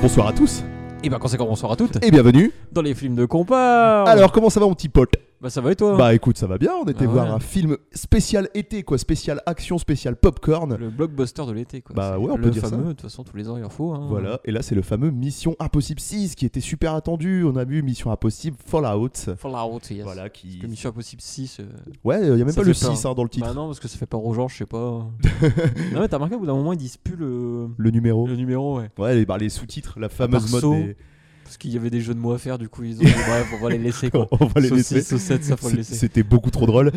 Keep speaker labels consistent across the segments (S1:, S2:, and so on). S1: bonsoir à tous
S2: Et ben conséquent, bonsoir à toutes
S1: et bienvenue.
S2: dans les films de compas.
S1: Alors, comment ça va, mon petit pote
S2: bah ça va et toi
S1: Bah écoute, ça va bien. On était
S2: Ah
S1: voir
S2: ouais.
S1: un film spécial été, quoi. Spécial action, spécial popcorn.
S2: Le blockbuster de l'été quoi.
S1: Bah
S2: C'est
S1: ouais, on
S2: le
S1: peut dire ça.
S2: fameux, de toute façon tous les ans il en faut. Hein.
S1: Voilà, et là c'est le fameux Mission Impossible 6 qui était super attendu. On a vu Mission Impossible Fallout.
S2: Fallout, yes.
S1: Voilà, qui.
S2: Que Mission Impossible 6. euh,
S1: Ouais, il n'y a même
S2: Ça
S1: pas le
S2: fait peur.
S1: 6 hein, dans le titre.
S2: Bah non parce que ça fait pas aux gens, je sais pas. non mais t'as remarqué au bout d'un moment ils disent plus le,
S1: le numéro.
S2: le numéro ouais.
S1: Ouais, les, bah, les sous-titres, la fameuse mode
S2: Saut,
S1: des.
S2: Parce qu'il y avait des jeux de mots à faire du coup ils ont dit bref on va les laisser quoi.
S1: On va les
S2: Saut
S1: laisser.
S2: 6, saut 7 ça faut le
S1: C'est-
S2: laisser.
S1: C'était beaucoup trop drôle.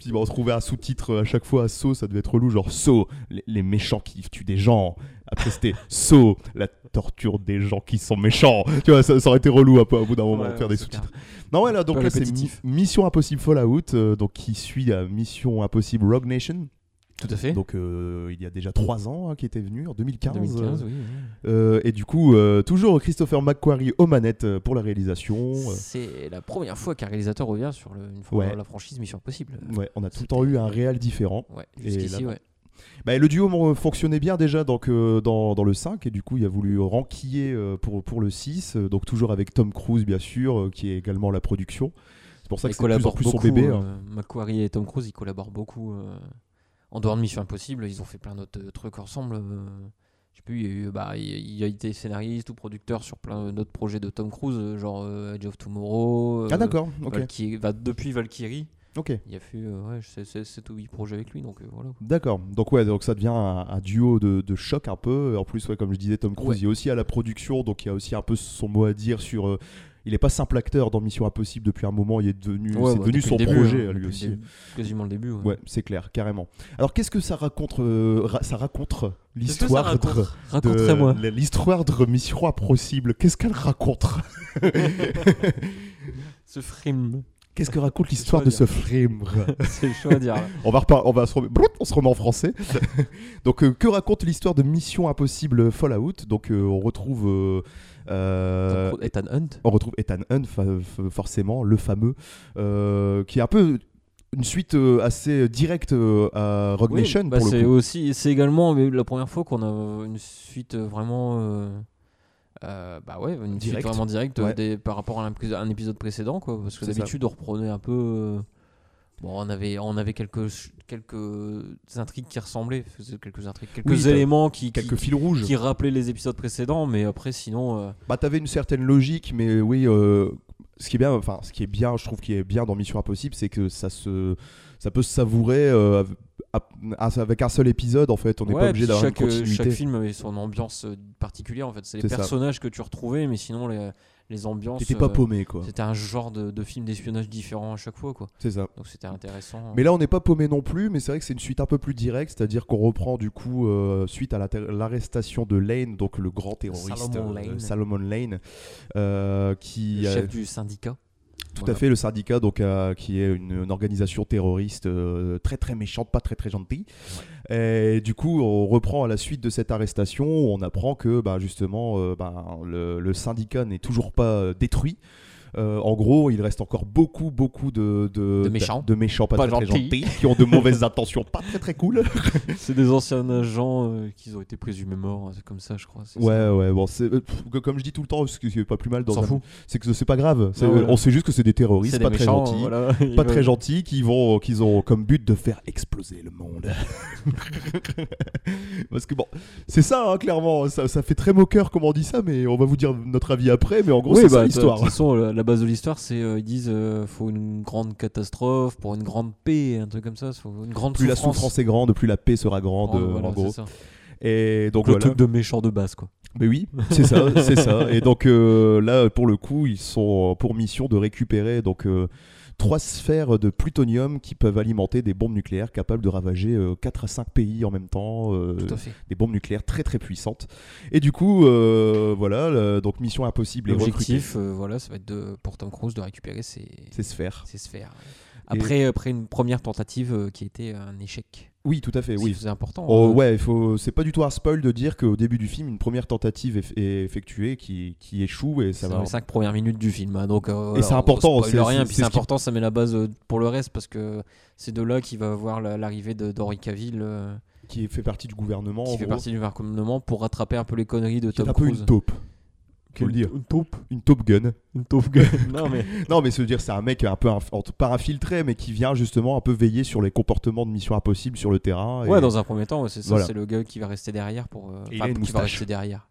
S1: Puis bah, on trouvait un sous-titre à chaque fois à Saut, ça devait être relou, genre Saut, les, les méchants qui tuent des gens. Après c'était Saut, la torture des gens qui sont méchants. Tu vois, ça, ça aurait été relou un peu au bout d'un moment
S2: Ouais,
S1: de faire
S2: ouais,
S1: des
S2: c'est
S1: sous-titres. Non, ouais, là, donc
S2: Peu
S1: là c'est
S2: répétitif.
S1: Mi- Mission Impossible Fallout, euh, donc qui suit à Mission Impossible Rogue Nation.
S2: Tout à fait.
S1: Donc euh, il y a déjà 3 ans hein, qui était venu, en 2015.
S2: 2015 oui. oui.
S1: Euh, et du coup, euh, toujours Christopher McQuarrie aux manettes euh, pour la réalisation. Euh,
S2: C'est la première fois qu'un réalisateur revient sur le- une fois
S1: Ouais.
S2: la franchise Mission Impossible.
S1: Euh, Ouais, on a tout le temps eu un réel différent.
S2: Ouais,
S1: Et
S2: jusqu'ici,
S1: là-
S2: ouais.
S1: Bah, le duo euh, fonctionnait bien déjà donc, euh, dans, dans le 5 et du coup il a voulu renquiller euh, pour, pour le 6, euh, donc toujours avec Tom Cruise bien sûr, euh, qui est également à la production. C'est pour ça
S2: ils
S1: que c'est de plus en
S2: collaborent
S1: plus son
S2: beaucoup.
S1: bébé. hein.
S2: euh, Macquarie et Tom Cruise, ils collaborent beaucoup. euh, en dehors de Mission Impossible, ils ont fait plein d'autres euh, trucs ensemble. euh, je sais plus, il y a eu- bah, il- il a été scénariste ou producteur sur plein d'autres projets de Tom Cruise, euh, genre euh, Age of Tomorrow.
S1: ah
S2: euh,
S1: d'accord, ok.
S2: Valky- va- depuis Valkyrie,
S1: ok.
S2: il y a fait euh, ouais, je sais- c'est- c'est tout 8 projets avec lui, donc euh, voilà.
S1: D'accord, donc ouais, donc ça devient un, un duo de, de choc un peu. En plus, ouais, comme je disais, Tom Cruise
S2: Ouais.
S1: il est aussi à la production, donc il a aussi un peu son mot à dire sur. euh, il n'est pas simple acteur dans Mission Impossible depuis un moment, il est devenu,
S2: Ouais,
S1: c'est
S2: bah,
S1: devenu
S2: depuis
S1: son
S2: le début,
S1: projet
S2: hein,
S1: à lui
S2: depuis
S1: aussi.
S2: le début- quasiment le début. ouais.
S1: Ouais, c'est clair, carrément. Alors qu'est-ce que ça raconte euh, ra- Ça raconte
S2: Qu'est-ce que ça
S1: l'histoire
S2: raconte
S1: de- de-
S2: Raconte-moi.
S1: la- l'histoire de Mission Impossible. Qu'est-ce qu'elle raconte
S2: Ce frime,
S1: Qu'est-ce que raconte
S2: C'est
S1: l'histoire
S2: chaud
S1: de
S2: à
S1: ce film
S2: c'est chaud à dire. là.
S1: On va repar- on va se remet, Bloup, on se remet en français. donc euh, que raconte l'histoire de Mission Impossible Fallout Donc euh, on retrouve euh, euh,
S2: Tom Cruise- Ethan Hunt.
S1: on retrouve Ethan Hunt fa- f- forcément le fameux euh, qui est un peu une suite euh, assez directe euh, à Rogue
S2: Oui,
S1: Nation
S2: bah,
S1: pour le
S2: c'est
S1: coup.
S2: aussi c'est également mais la première fois qu'on a une suite euh, vraiment euh, euh, bah ouais une
S1: Direct.
S2: suite vraiment directe euh,
S1: Ouais.
S2: des- par rapport à l'impré- un épisode précédent quoi parce que
S1: C'est ça.
S2: d'habitude on reprenait un peu euh, bon on avait on avait quelques ch- quelques intrigues qui ressemblaient faisait quelques intrigues quelques
S1: Oui, t'as-
S2: éléments qui, qui
S1: Quelques fils rouges.
S2: qui rappelaient les épisodes précédents mais après sinon euh,
S1: Bah, t'avais une certaine logique, mais oui, euh, ce qui est bien, enfin, ce qui est bien, je trouve, qui est bien dans Mission Impossible, c'est que ça se, ça peut se savourer euh, av- av- avec un seul épisode. En fait, on n'est
S2: ouais,
S1: pas obligé
S2: puis
S1: d'avoir une
S2: chaque, euh,
S1: continuité.
S2: chaque film avait son ambiance euh, particulière en fait c'est les
S1: C'est ça.
S2: personnages que tu retrouvais mais sinon les, les ambiances
S1: T'étais pas
S2: euh,
S1: paumé, quoi.
S2: C'était un genre de, de film d'espionnage différent à chaque fois, quoi.
S1: C'est ça.
S2: Donc c'était intéressant.
S1: Mais là, on n'est pas paumé non plus, mais c'est vrai que c'est une suite un peu plus directe, c'est-à-dire qu'on reprend du coup, euh, suite à la ter- l'arrestation de Lane, donc le grand terroriste
S2: Salomon
S1: euh,
S2: Lane.
S1: Salomon Lane, euh, qui
S2: le
S1: a-
S2: chef du syndicat.
S1: Tout à fait, le syndicat, donc, euh, qui est une, une organisation terroriste euh, très très méchante, pas très très gentille. Et du coup, on reprend à la suite de cette arrestation, on apprend que bah, justement, euh, bah, le, le syndicat n'est toujours pas euh, détruit. Euh, en gros, il reste encore beaucoup, beaucoup de,
S2: De méchants.
S1: de méchants pas,
S2: Pas
S1: très, très
S2: gentils.
S1: gentils, qui ont de mauvaises intentions, pas très très cool.
S2: C'est des anciens agents euh, qui ont été présumés morts, un truc comme ça, je crois. c'est
S1: Ouais,
S2: ça.
S1: ouais, bon, c'est, euh, pff, que- comme je dis tout le temps, ce qui est pas plus mal
S2: On
S1: dans
S2: s'en
S1: un-
S2: fout.
S1: c'est que c'est pas grave. C'est-
S2: Ouais, voilà.
S1: On sait juste que c'est des terroristes,
S2: C'est
S1: pas
S2: des
S1: très
S2: méchants,
S1: gentils.
S2: voilà. Ils
S1: pas très
S2: veulent-
S1: gentils qui vont euh, qu'ils ont comme but de faire exploser le monde parce que bon c'est ça hein, clairement ça, ça fait très moqueur comme on dit ça mais on va vous dire notre avis après mais en gros
S2: Oui,
S1: c'est
S2: bah,
S1: ça
S2: de-
S1: l'histoire
S2: De toute façon, la, la base de l'histoire, c'est euh, ils disent euh, faut une grande catastrophe pour une grande paix, un truc comme ça. Faut une grande
S1: plus la
S2: souffrance.
S1: souffrance est grande plus la paix sera grande
S2: Oh,
S1: euh,
S2: voilà,
S1: en
S2: c'est
S1: gros
S2: ça.
S1: et donc
S2: Le
S1: voilà
S2: truc de méchant de base, quoi.
S1: mais oui c'est ça c'est ça et donc euh, là pour le coup ils sont euh, pour mission de récupérer donc euh, trois sphères de plutonium qui peuvent alimenter des bombes nucléaires capables de ravager 4 à 5 pays en même temps euh,
S2: Tout à fait.
S1: des bombes nucléaires très très puissantes. Et du coup, euh, voilà, le- donc Mission Impossible est recrutée.
S2: L'objectif, euh, voilà, ça va être de, pour Tom Cruise de récupérer ses,
S1: C'est sphère.
S2: C'est se faire.
S1: Et-
S2: Après, euh, après une première tentative euh, qui était un échec.
S1: Oui, tout à fait,
S2: C'est-
S1: oui.
S2: C'est important.
S1: Oh,
S2: hein.
S1: ouais, il faut... c'est pas du tout un spoil de dire qu'au début du film, une première tentative est, est effectuée qui, qui échoue et
S2: C'est
S1: ça
S2: dans
S1: va.
S2: les 5 premières minutes du film. hein, donc, euh,
S1: Et c'est
S2: on- on
S1: important,
S2: spoil
S1: c'est-
S2: rien.
S1: c'est-
S2: Puis
S1: c'est
S2: c'est
S1: ce qui-
S2: important, ça met la base euh, pour le reste parce que c'est de là qu'il va voir la- l'arrivée de d'Henri Cavill euh,
S1: Qui fait partie du gouvernement.
S2: qui
S1: en
S2: fait
S1: gros,
S2: partie du gouvernement pour rattraper un peu les conneries de
S1: qui est
S2: Tom
S1: un peu
S2: Cruise.
S1: une taupe. faut le dire.
S2: Une taupe.
S1: Une Top Gun.
S2: Une taupe gueule. non, mais.
S1: Non, mais se dire, c'est un mec un peu inf- entre- parafiltré, mais qui vient justement un peu veiller sur les comportements de Mission Impossible sur le terrain. et-
S2: Ouais, dans un premier temps, ouais, c'est ça.
S1: Voilà.
S2: C'est le gars qui va rester derrière pour. euh,
S1: Et il
S2: enfin,
S1: a une
S2: qui va
S1: moustache.
S2: rester derrière.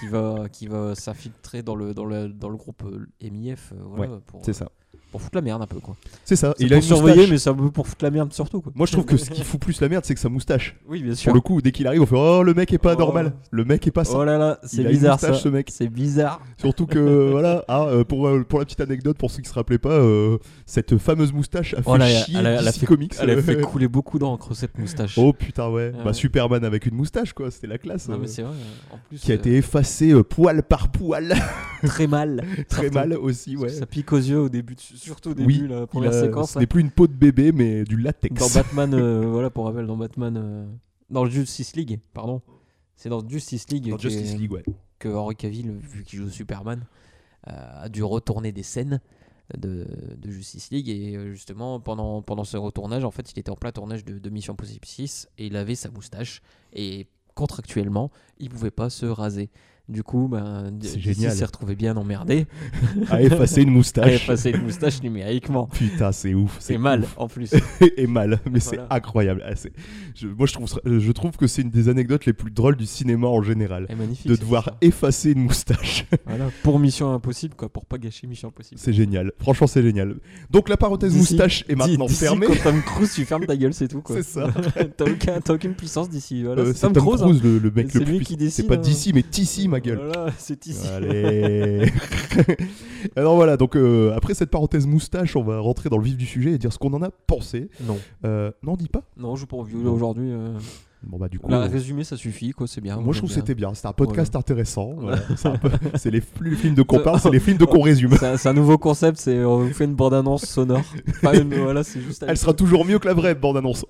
S2: qui va, qui va s'infiltrer dans le, dans, le, dans le groupe euh, MIF. euh, voilà, pour,
S1: C'est ça.
S2: pour foutre la merde un peu, quoi.
S1: C'est ça.
S2: C'est
S1: Il a une
S2: pour surveiller,
S1: moustache.
S2: mais c'est un peu pour foutre la merde surtout, quoi.
S1: Moi, je trouve que ce qui fout plus la merde, c'est que sa moustache.
S2: Oui, bien
S1: Sur
S2: sûr.
S1: le coup, dès qu'il arrive, on fait Oh, le mec est pas
S2: Oh.
S1: normal. Le mec est pas ça.
S2: Oh là là,
S1: Il
S2: c'est
S1: a une
S2: bizarre
S1: moustache,
S2: ça.
S1: ce mec.
S2: C'est bizarre.
S1: Surtout que, voilà, ah, euh, pour, euh, pour la petite anecdote, pour ceux qui se rappelaient pas, euh, cette fameuse moustache a fait
S2: Oh là,
S1: chier
S2: elle a- elle a
S1: DC
S2: fait-
S1: Comics.
S2: Elle a
S1: euh,
S2: fait couler beaucoup d'encre cette moustache.
S1: Oh putain, ouais.
S2: Ah
S1: Bah,
S2: ouais.
S1: Superman avec une moustache, quoi. C'était la classe.
S2: Non,
S1: euh,
S2: mais c'est vrai. En plus,
S1: qui a
S2: euh,
S1: été effacée euh, poil par poil.
S2: très mal.
S1: Très
S2: Surtout.
S1: mal aussi,
S2: Parce
S1: ouais.
S2: que Ça pique aux yeux au début, de- surtout au
S1: Oui,
S2: début, la
S1: Il
S2: première
S1: a-
S2: séquence.
S1: ce
S2: là.
S1: n'est plus une peau de bébé, mais du latex.
S2: Dans Batman, euh, voilà, pour rappel, dans Batman. euh, Dans Justice League, pardon. C'est dans Justice League,
S1: Dans
S2: que-
S1: Justice League, ouais.
S2: que Henry Cavill, vu qu'il joue Superman, euh, a dû retourner des scènes de, de Justice League. Et euh, justement, pendant, pendant ce retournage, en fait, il était en plein tournage de, de Mission Impossible 6 et il avait sa moustache. Et contractuellement, il pouvait pas se raser. Du coup, ben,
S1: C'est
S2: DC
S1: génial.
S2: s'est retrouvé bien emmerdé
S1: A effacé une
S2: à
S1: moustache.
S2: effacer une moustache numériquement.
S1: Putain, c'est ouf.
S2: C'est
S1: C'est
S2: mal, en plus.
S1: et mal, mais
S2: Voilà.
S1: c'est incroyable. Ah, c'est- je- moi, je trouve, ça- euh, je trouve que c'est une des anecdotes les plus drôles du cinéma en général.
S2: Et magnifique.
S1: De
S2: cette
S1: devoir
S2: histoire.
S1: effacer une moustache.
S2: Voilà, pour Mission Impossible, quoi, pour pas gâcher Mission Impossible.
S1: c'est génial. Franchement, c'est génial. Donc, la parenthèse
S2: D'ici-
S1: moustache est maintenant
S2: D'ici,
S1: fermée.
S2: Quand Tom Cruise, tu fermes ta gueule, c'est tout. quoi.
S1: C'est ça.
S2: t'as, aucun- t'as aucune puissance d'ici. Voilà,
S1: Euh,
S2: c'est Tom, Cruise. hein.
S1: le, le mec
S2: C'est
S1: le plus
S2: lui
S1: puissant.
S2: qui
S1: C'est
S2: décide,
S1: pas
S2: hein.
S1: d'ici, mais Tissi, ma gueule.
S2: Voilà, c'est ici.
S1: Allez. Alors voilà, donc euh, après cette parenthèse moustache, on va rentrer dans le vif du sujet et dire ce qu'on en a pensé.
S2: Non.
S1: Euh, non, dis pas.
S2: Non, je pour vieux aujourd'hui. euh,
S1: Bon bah du coup,
S2: là,
S1: on-
S2: résumé, ça suffit, quoi, c'est bien.
S1: moi je trouve que c'était bien. C'était un podcast intéressant.
S2: Voilà.
S1: Voilà. C'est un peu- c'est les, plus les films de qu'on parle, c'est les films de qu'on résume.
S2: C'est un, c'est un nouveau concept, c'est on vous fait une bande-annonce sonore. Pas une- voilà, c'est juste.
S1: Elle sera toujours mieux que la vraie bande annonce.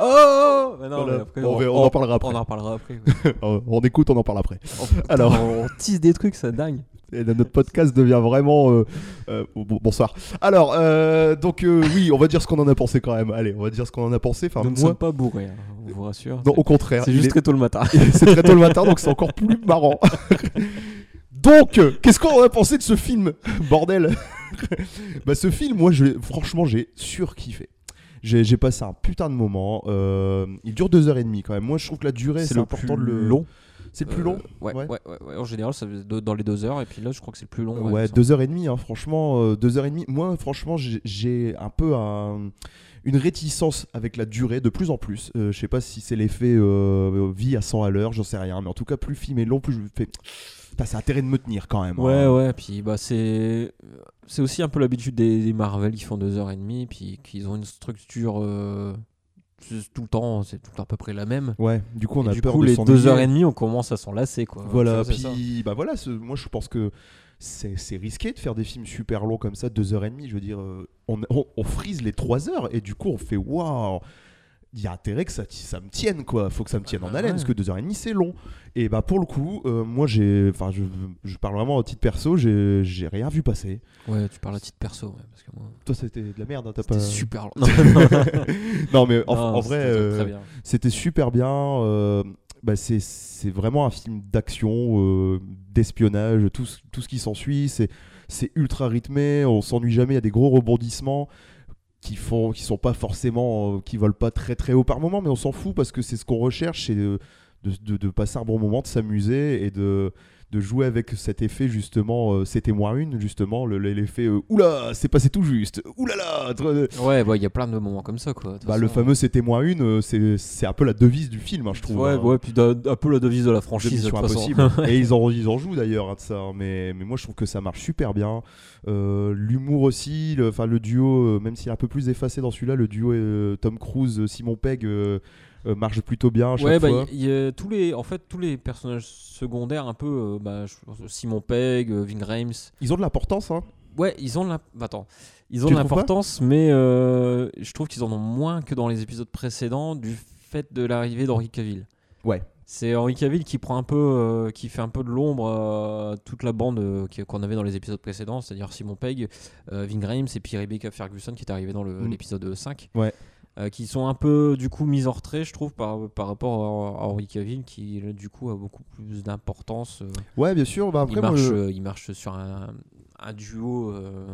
S2: Oh Mais non,
S1: Voilà.
S2: mais après,
S1: on, verra- on en parlera après.
S2: on en parlera après. ouais.
S1: Euh, on écoute, on en parle après.
S2: Oh, putain,
S1: Alors.
S2: on tisse des trucs, ça dingue.
S1: Et notre podcast devient vraiment. euh, euh, bon- bonsoir. Alors, euh, donc euh, oui, on va dire ce qu'on en a pensé quand même. Allez, on va dire ce qu'on en a pensé. Enfin,
S2: Nous ne
S1: moi-
S2: sommes pas bourrés, hein, on vous rassure.
S1: non, au contraire.
S2: c'est
S1: il
S2: juste
S1: est-
S2: très tôt le matin.
S1: c'est très tôt le matin, donc c'est encore plus marrant. donc, euh, qu'est-ce qu'on en a pensé de ce film Bordel Bah, ce film, moi, je, franchement, j'ai surkiffé. J'ai j'ai passé un putain de moment. euh, il dure deux heures et demie quand même. Moi, je trouve que la durée, c'est important de le.
S2: long.
S1: C'est le plus
S2: Euh,
S1: long
S2: ouais,
S1: Ouais.
S2: ouais. ouais, ouais. En général, ça faisait deux- dans les deux heures, et puis là, je crois que c'est le plus long.
S1: Ouais,
S2: ouais, il me semble.
S1: deux heures et demie, hein, franchement, euh, deux heures et demie. Moi, franchement, j'ai- j'ai un peu un- une réticence avec la durée de plus en plus. Euh, je sais pas si c'est l'effet euh, vie à 100 à l'heure, j'en sais rien, mais en tout cas, plus le film est long, plus je me fais. Putain, ça a intérêt de me tenir quand même.
S2: Ouais,
S1: hein.
S2: ouais, puis bah, c'est c'est aussi un peu l'habitude des, des Marvel qui font deux heures et demie, puis qu'ils ont une structure euh, c'est tout le temps, c'est tout le temps à peu près la même.
S1: Ouais, du coup, on
S2: Et
S1: a
S2: du
S1: peur
S2: coup,
S1: de
S2: les
S1: s'ennuyer.
S2: deux heures et demie, on commence à s'en lasser, quoi.
S1: Voilà,
S2: Tu vois, c'est ça.
S1: puis bah voilà, ce- moi je pense que c'est c'est risqué de faire des films super longs comme ça, deux heures et demie. Je veux dire, euh, on, on, on frise les trois heures et du coup on fait waouh, il y a intérêt que ça, ti- ça me tienne quoi, faut que ça me tienne en
S2: bah
S1: haleine
S2: ouais.
S1: parce que deux heures et demie c'est long. Et bah pour le coup, euh, moi j'ai, enfin je, je parle vraiment au titre perso, j'ai j'ai rien vu passer.
S2: Ouais, tu parles à titre perso, ouais, parce que moi,
S1: Toi c'était de la merde, hein, t'as
S2: c'était
S1: pas.
S2: super long. Non, non,
S1: non mais en, en
S2: non,
S1: vrai.
S2: c'était
S1: euh,
S2: très bien.
S1: c'était super bien. euh, bah, c'est- c'est vraiment un film d'action, euh, d'espionnage, tout, ce- tout ce qui s'ensuit. C'est c'est ultra rythmé, on s'ennuie jamais, il y a des gros rebondissements qui font qui sont pas forcément euh, qui volent pas très très haut par moment mais on s'en fout parce que c'est ce qu'on recherche c'est de, de, de- de passer un bon moment de s'amuser et de de jouer avec cet effet justement euh, c'était moi une justement le- le- l'effet euh, oula c'est passé tout juste oulala tre-
S2: Ouais, bah, il y a plein de moments comme ça, quoi. de toute
S1: bah, le
S2: façon.
S1: fameux c'était moi une, euh, c'est c'est un peu la devise du film, hein, je trouve.
S2: Ouais,
S1: hein.
S2: ouais, puis d'un- un peu la devise de la franchise.
S1: Devise
S2: de
S1: sur
S2: toute façon.
S1: impossible. Et ils en, ils en jouent d'ailleurs hein, de ça, hein, mais, mais moi je trouve que ça marche super bien. Euh, L'humour aussi, le, enfin, le duo, euh, même s'il est un peu plus effacé dans celui-là, le duo euh, Tom Cruise, euh, Simon Pegg euh, euh, marche plutôt bien à chaque
S2: Ouais, bah,
S1: fois.
S2: il y- il y a tous les, en fait, tous les personnages secondaires, un peu, euh, bah, je pense, Simon Pegg, euh, Ving Rhames.
S1: Ils ont de l'importance, hein.
S2: Ouais, ils ont de l'im- bah, attends, ils ont
S1: Tu
S2: de
S1: trouves pas
S2: l'importance, mais euh, je trouve qu'ils en ont moins que dans les épisodes précédents du fait de l'arrivée d'Henri Cavill.
S1: Ouais.
S2: C'est Henri Cavill qui prend un peu, euh, qui fait un peu de l'ombre à toute la bande euh, qui- qu'on avait dans les épisodes précédents, c'est-à-dire Simon Pegg, euh, Ving Rhames et puis Rebecca Ferguson qui est arrivée dans le-
S1: Mm.
S2: l'épisode 5.
S1: Ouais.
S2: euh, qui sont un peu du coup mises en retrait, je trouve, par, par rapport à, à Henry Cavill, qui du coup a beaucoup plus d'importance. euh,
S1: Ouais, bien sûr. Bah, après,
S2: il,
S1: moi,
S2: marche,
S1: je-
S2: euh, il marche sur un, un duo. euh,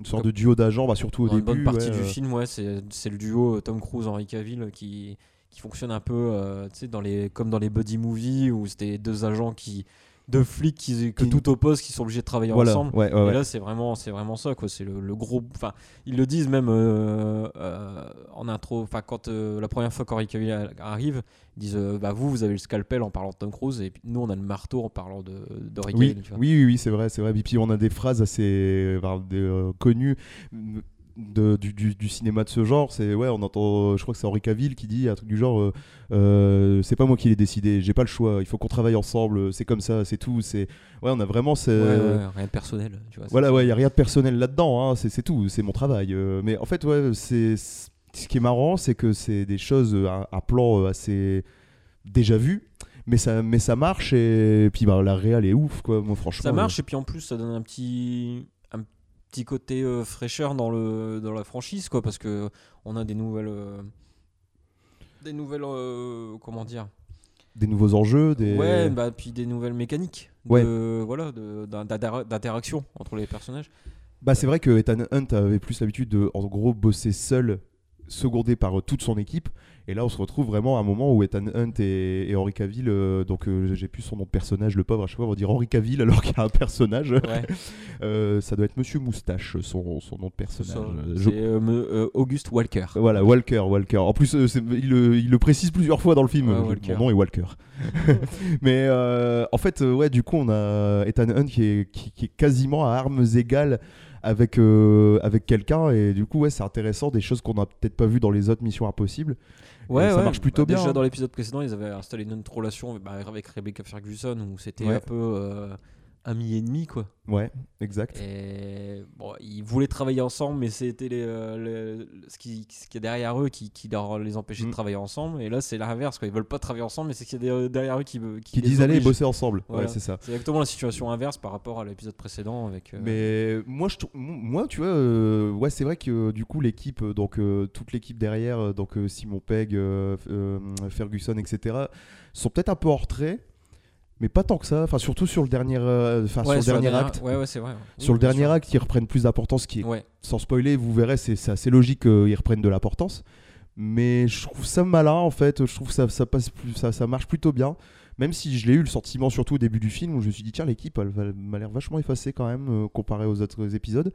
S1: une sorte de duo d'agents, bah, surtout au
S2: dans
S1: début.
S2: une bonne partie
S1: ouais,
S2: du
S1: euh,
S2: film, ouais, c'est c'est le duo euh, Tom Cruise Henry Cavill euh, qui qui fonctionne un peu, euh, tu sais, dans les comme dans les buddy movies où c'était deux agents qui deux flics qui, que
S1: Qui-
S2: tout oppose qui sont obligés de travailler
S1: Voilà.
S2: ensemble.
S1: Ouais, ouais, ouais.
S2: Et là, c'est vraiment, c'est vraiment ça, quoi. C'est le, le gros. Enfin, ils le disent même euh, euh, en intro. Enfin, quand euh, la première fois qu'Henry Cavill a- arrive, ils disent euh, Bah, vous, vous avez le scalpel en parlant de Tom Cruise, et puis nous, on a le marteau en parlant de d'Henry
S1: Oui,
S2: Cavill. tu vois.
S1: oui, oui, oui, c'est vrai, c'est vrai. Et puis on a des phrases assez euh, par- des, euh, connues mm, de- du, du- du cinéma de ce genre. C'est ouais, on entend, euh, je crois que c'est Henri Cavill qui dit un truc du genre, euh, euh, c'est pas moi qui l'ai décidé, j'ai pas le choix, il faut qu'on travaille ensemble, euh, c'est comme ça, c'est tout. C'est ouais, on a vraiment ce-
S2: Ouais, ouais, rien de personnel, tu vois.
S1: Euh,
S2: c'est-
S1: voilà, ouais, il y a rien de personnel là-dedans, hein, c'est c'est tout, c'est mon travail. Euh, mais en fait, ouais, c'est c'est- ce qui est marrant, c'est que c'est des choses euh, à, à plan euh, assez déjà vues. Mais ça, mais ça marche et puis bah, la réal est ouf quoi moi franchement
S2: Ça
S1: euh,
S2: marche et puis en plus ça donne un petit un petit côté euh, fraîcheur dans le dans la franchise quoi parce que on a des nouvelles euh, des nouvelles euh, comment dire
S1: des nouveaux enjeux, des
S2: ouais bah puis des nouvelles mécaniques
S1: Ouais.
S2: de, voilà de- d'in- d'intera- d'interaction entre les personnages
S1: Bah, c'est vrai que Ethan Hunt avait plus l'habitude de en gros bosser seul, secondé par euh, toute son équipe. Et là, on se retrouve vraiment à un moment où Ethan Hunt et, et Henry Cavill, euh, donc euh, j'ai plus son nom de personnage, le pauvre à chaque fois, on va dire Henry Cavill alors qu'il y a un personnage.
S2: ouais
S1: Euh, ça doit être Monsieur Moustache, son, son nom de
S2: c'est ça.
S1: personnage. Euh, je-
S2: C'est, euh, me- euh, Auguste Walker
S1: Voilà, Walker, Walker. En plus, euh, c'est- il, le, il le précise plusieurs fois dans le film.
S2: Ouais,
S1: Je-
S2: Walker.
S1: Mon nom est Walker. Mais euh, en fait, euh, ouais, du coup, on a Ethan Hunt qui est, qui, qui est quasiment à armes égales avec, euh, avec quelqu'un. Et du coup, ouais, c'est intéressant, des choses qu'on n'a peut-être pas vues dans les autres Missions Impossibles. Et ça marche plutôt bien,
S2: Bah, déjà
S1: hein.
S2: dans l'épisode précédent ils avaient installé une autre relation bah, avec Rebecca Ferguson où c'était
S1: Ouais.
S2: un peu euh, ami et demi quoi
S1: Ouais, exact.
S2: Et bon, ils voulaient travailler ensemble, mais c'était les, euh, les- ce qui ce qui est derrière eux qui, qui leur, les empêchait
S1: Mm.
S2: de travailler ensemble. Et là, c'est l'inverse. quoi. Ils veulent pas travailler ensemble, mais c'est qu'il y a des- derrière eux qui, qui,
S1: Qui
S2: les
S1: disent allez
S2: obligent.
S1: bosser ensemble.
S2: Voilà.
S1: Ouais, c'est ça.
S2: C'est exactement la situation inverse par rapport à l'épisode précédent avec. euh,
S1: Mais moi, je, trou- moi, tu vois, euh, ouais, c'est vrai que euh, du coup, l'équipe, euh, donc euh, toute l'équipe derrière, euh, donc euh, Simon Pegg, euh, F- euh, Ferguson, etc., sont peut-être un peu en retrait, mais pas tant que ça. Enfin, surtout sur le dernier, euh, enfin,
S2: ouais,
S1: sur le
S2: sur la
S1: dernier
S2: dernière-
S1: acte.
S2: Ouais, ouais, c'est vrai. Oui,
S1: Sur le
S2: bien
S1: dernier
S2: sûr.
S1: acte, ils reprennent plus d'importance, qui est,
S2: Ouais.
S1: sans spoiler, vous verrez, c'est c'est assez logique qu'ils reprennent de l'importance. Mais je trouve ça malin, en fait. Je trouve ça, ça, passe plus, ça, ça marche plutôt bien. Même si je l'ai eu le sentiment, surtout au début du film, où je me suis dit, tiens, l'équipe, elle, va- m'a l'air vachement effacée quand même, euh, comparée aux autres épisodes.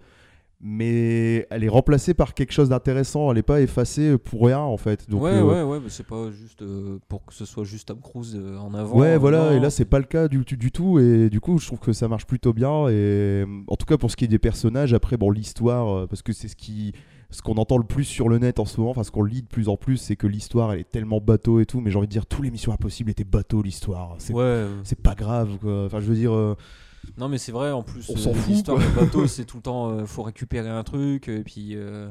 S1: Mais elle est remplacée par quelque chose d'intéressant. Elle n'est pas effacée pour rien, en fait. Donc,
S2: ouais,
S1: euh,
S2: ouais, ouais, mais c'est pas juste euh, pour que ce soit juste Tom Cruise euh, en avant.
S1: Ouais,
S2: euh,
S1: voilà,
S2: non.
S1: et là c'est pas le cas du, du tout, et du coup je trouve que ça marche plutôt bien, et mm, en tout cas pour ce qui est des personnages, après bon l'histoire, euh, parce que c'est ce qui ce qu'on entend le plus sur le net en ce moment, enfin ce qu'on lit de plus en plus, c'est que l'histoire elle est tellement bateau et tout, mais j'ai envie de dire, tous les missions impossibles étaient bateaux l'histoire, c'est
S2: Ouais, euh,
S1: c'est pas grave, quoi. enfin je veux dire, euh,
S2: Non, mais c'est vrai, en plus,
S1: On s'en
S2: euh,
S1: fout,
S2: l'histoire de bateau, c'est tout le temps, euh, faut récupérer un truc, et puis. euh,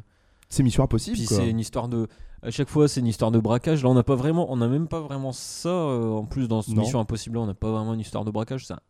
S1: c'est mission impossible,
S2: Puis
S1: quoi.
S2: c'est une histoire de. À chaque fois, c'est une histoire de braquage. Là, on n'a pas vraiment, on n'a même pas vraiment ça. euh, en plus, dans cette
S1: Non.
S2: mission impossible, on n'a pas vraiment une histoire de braquage. Ça,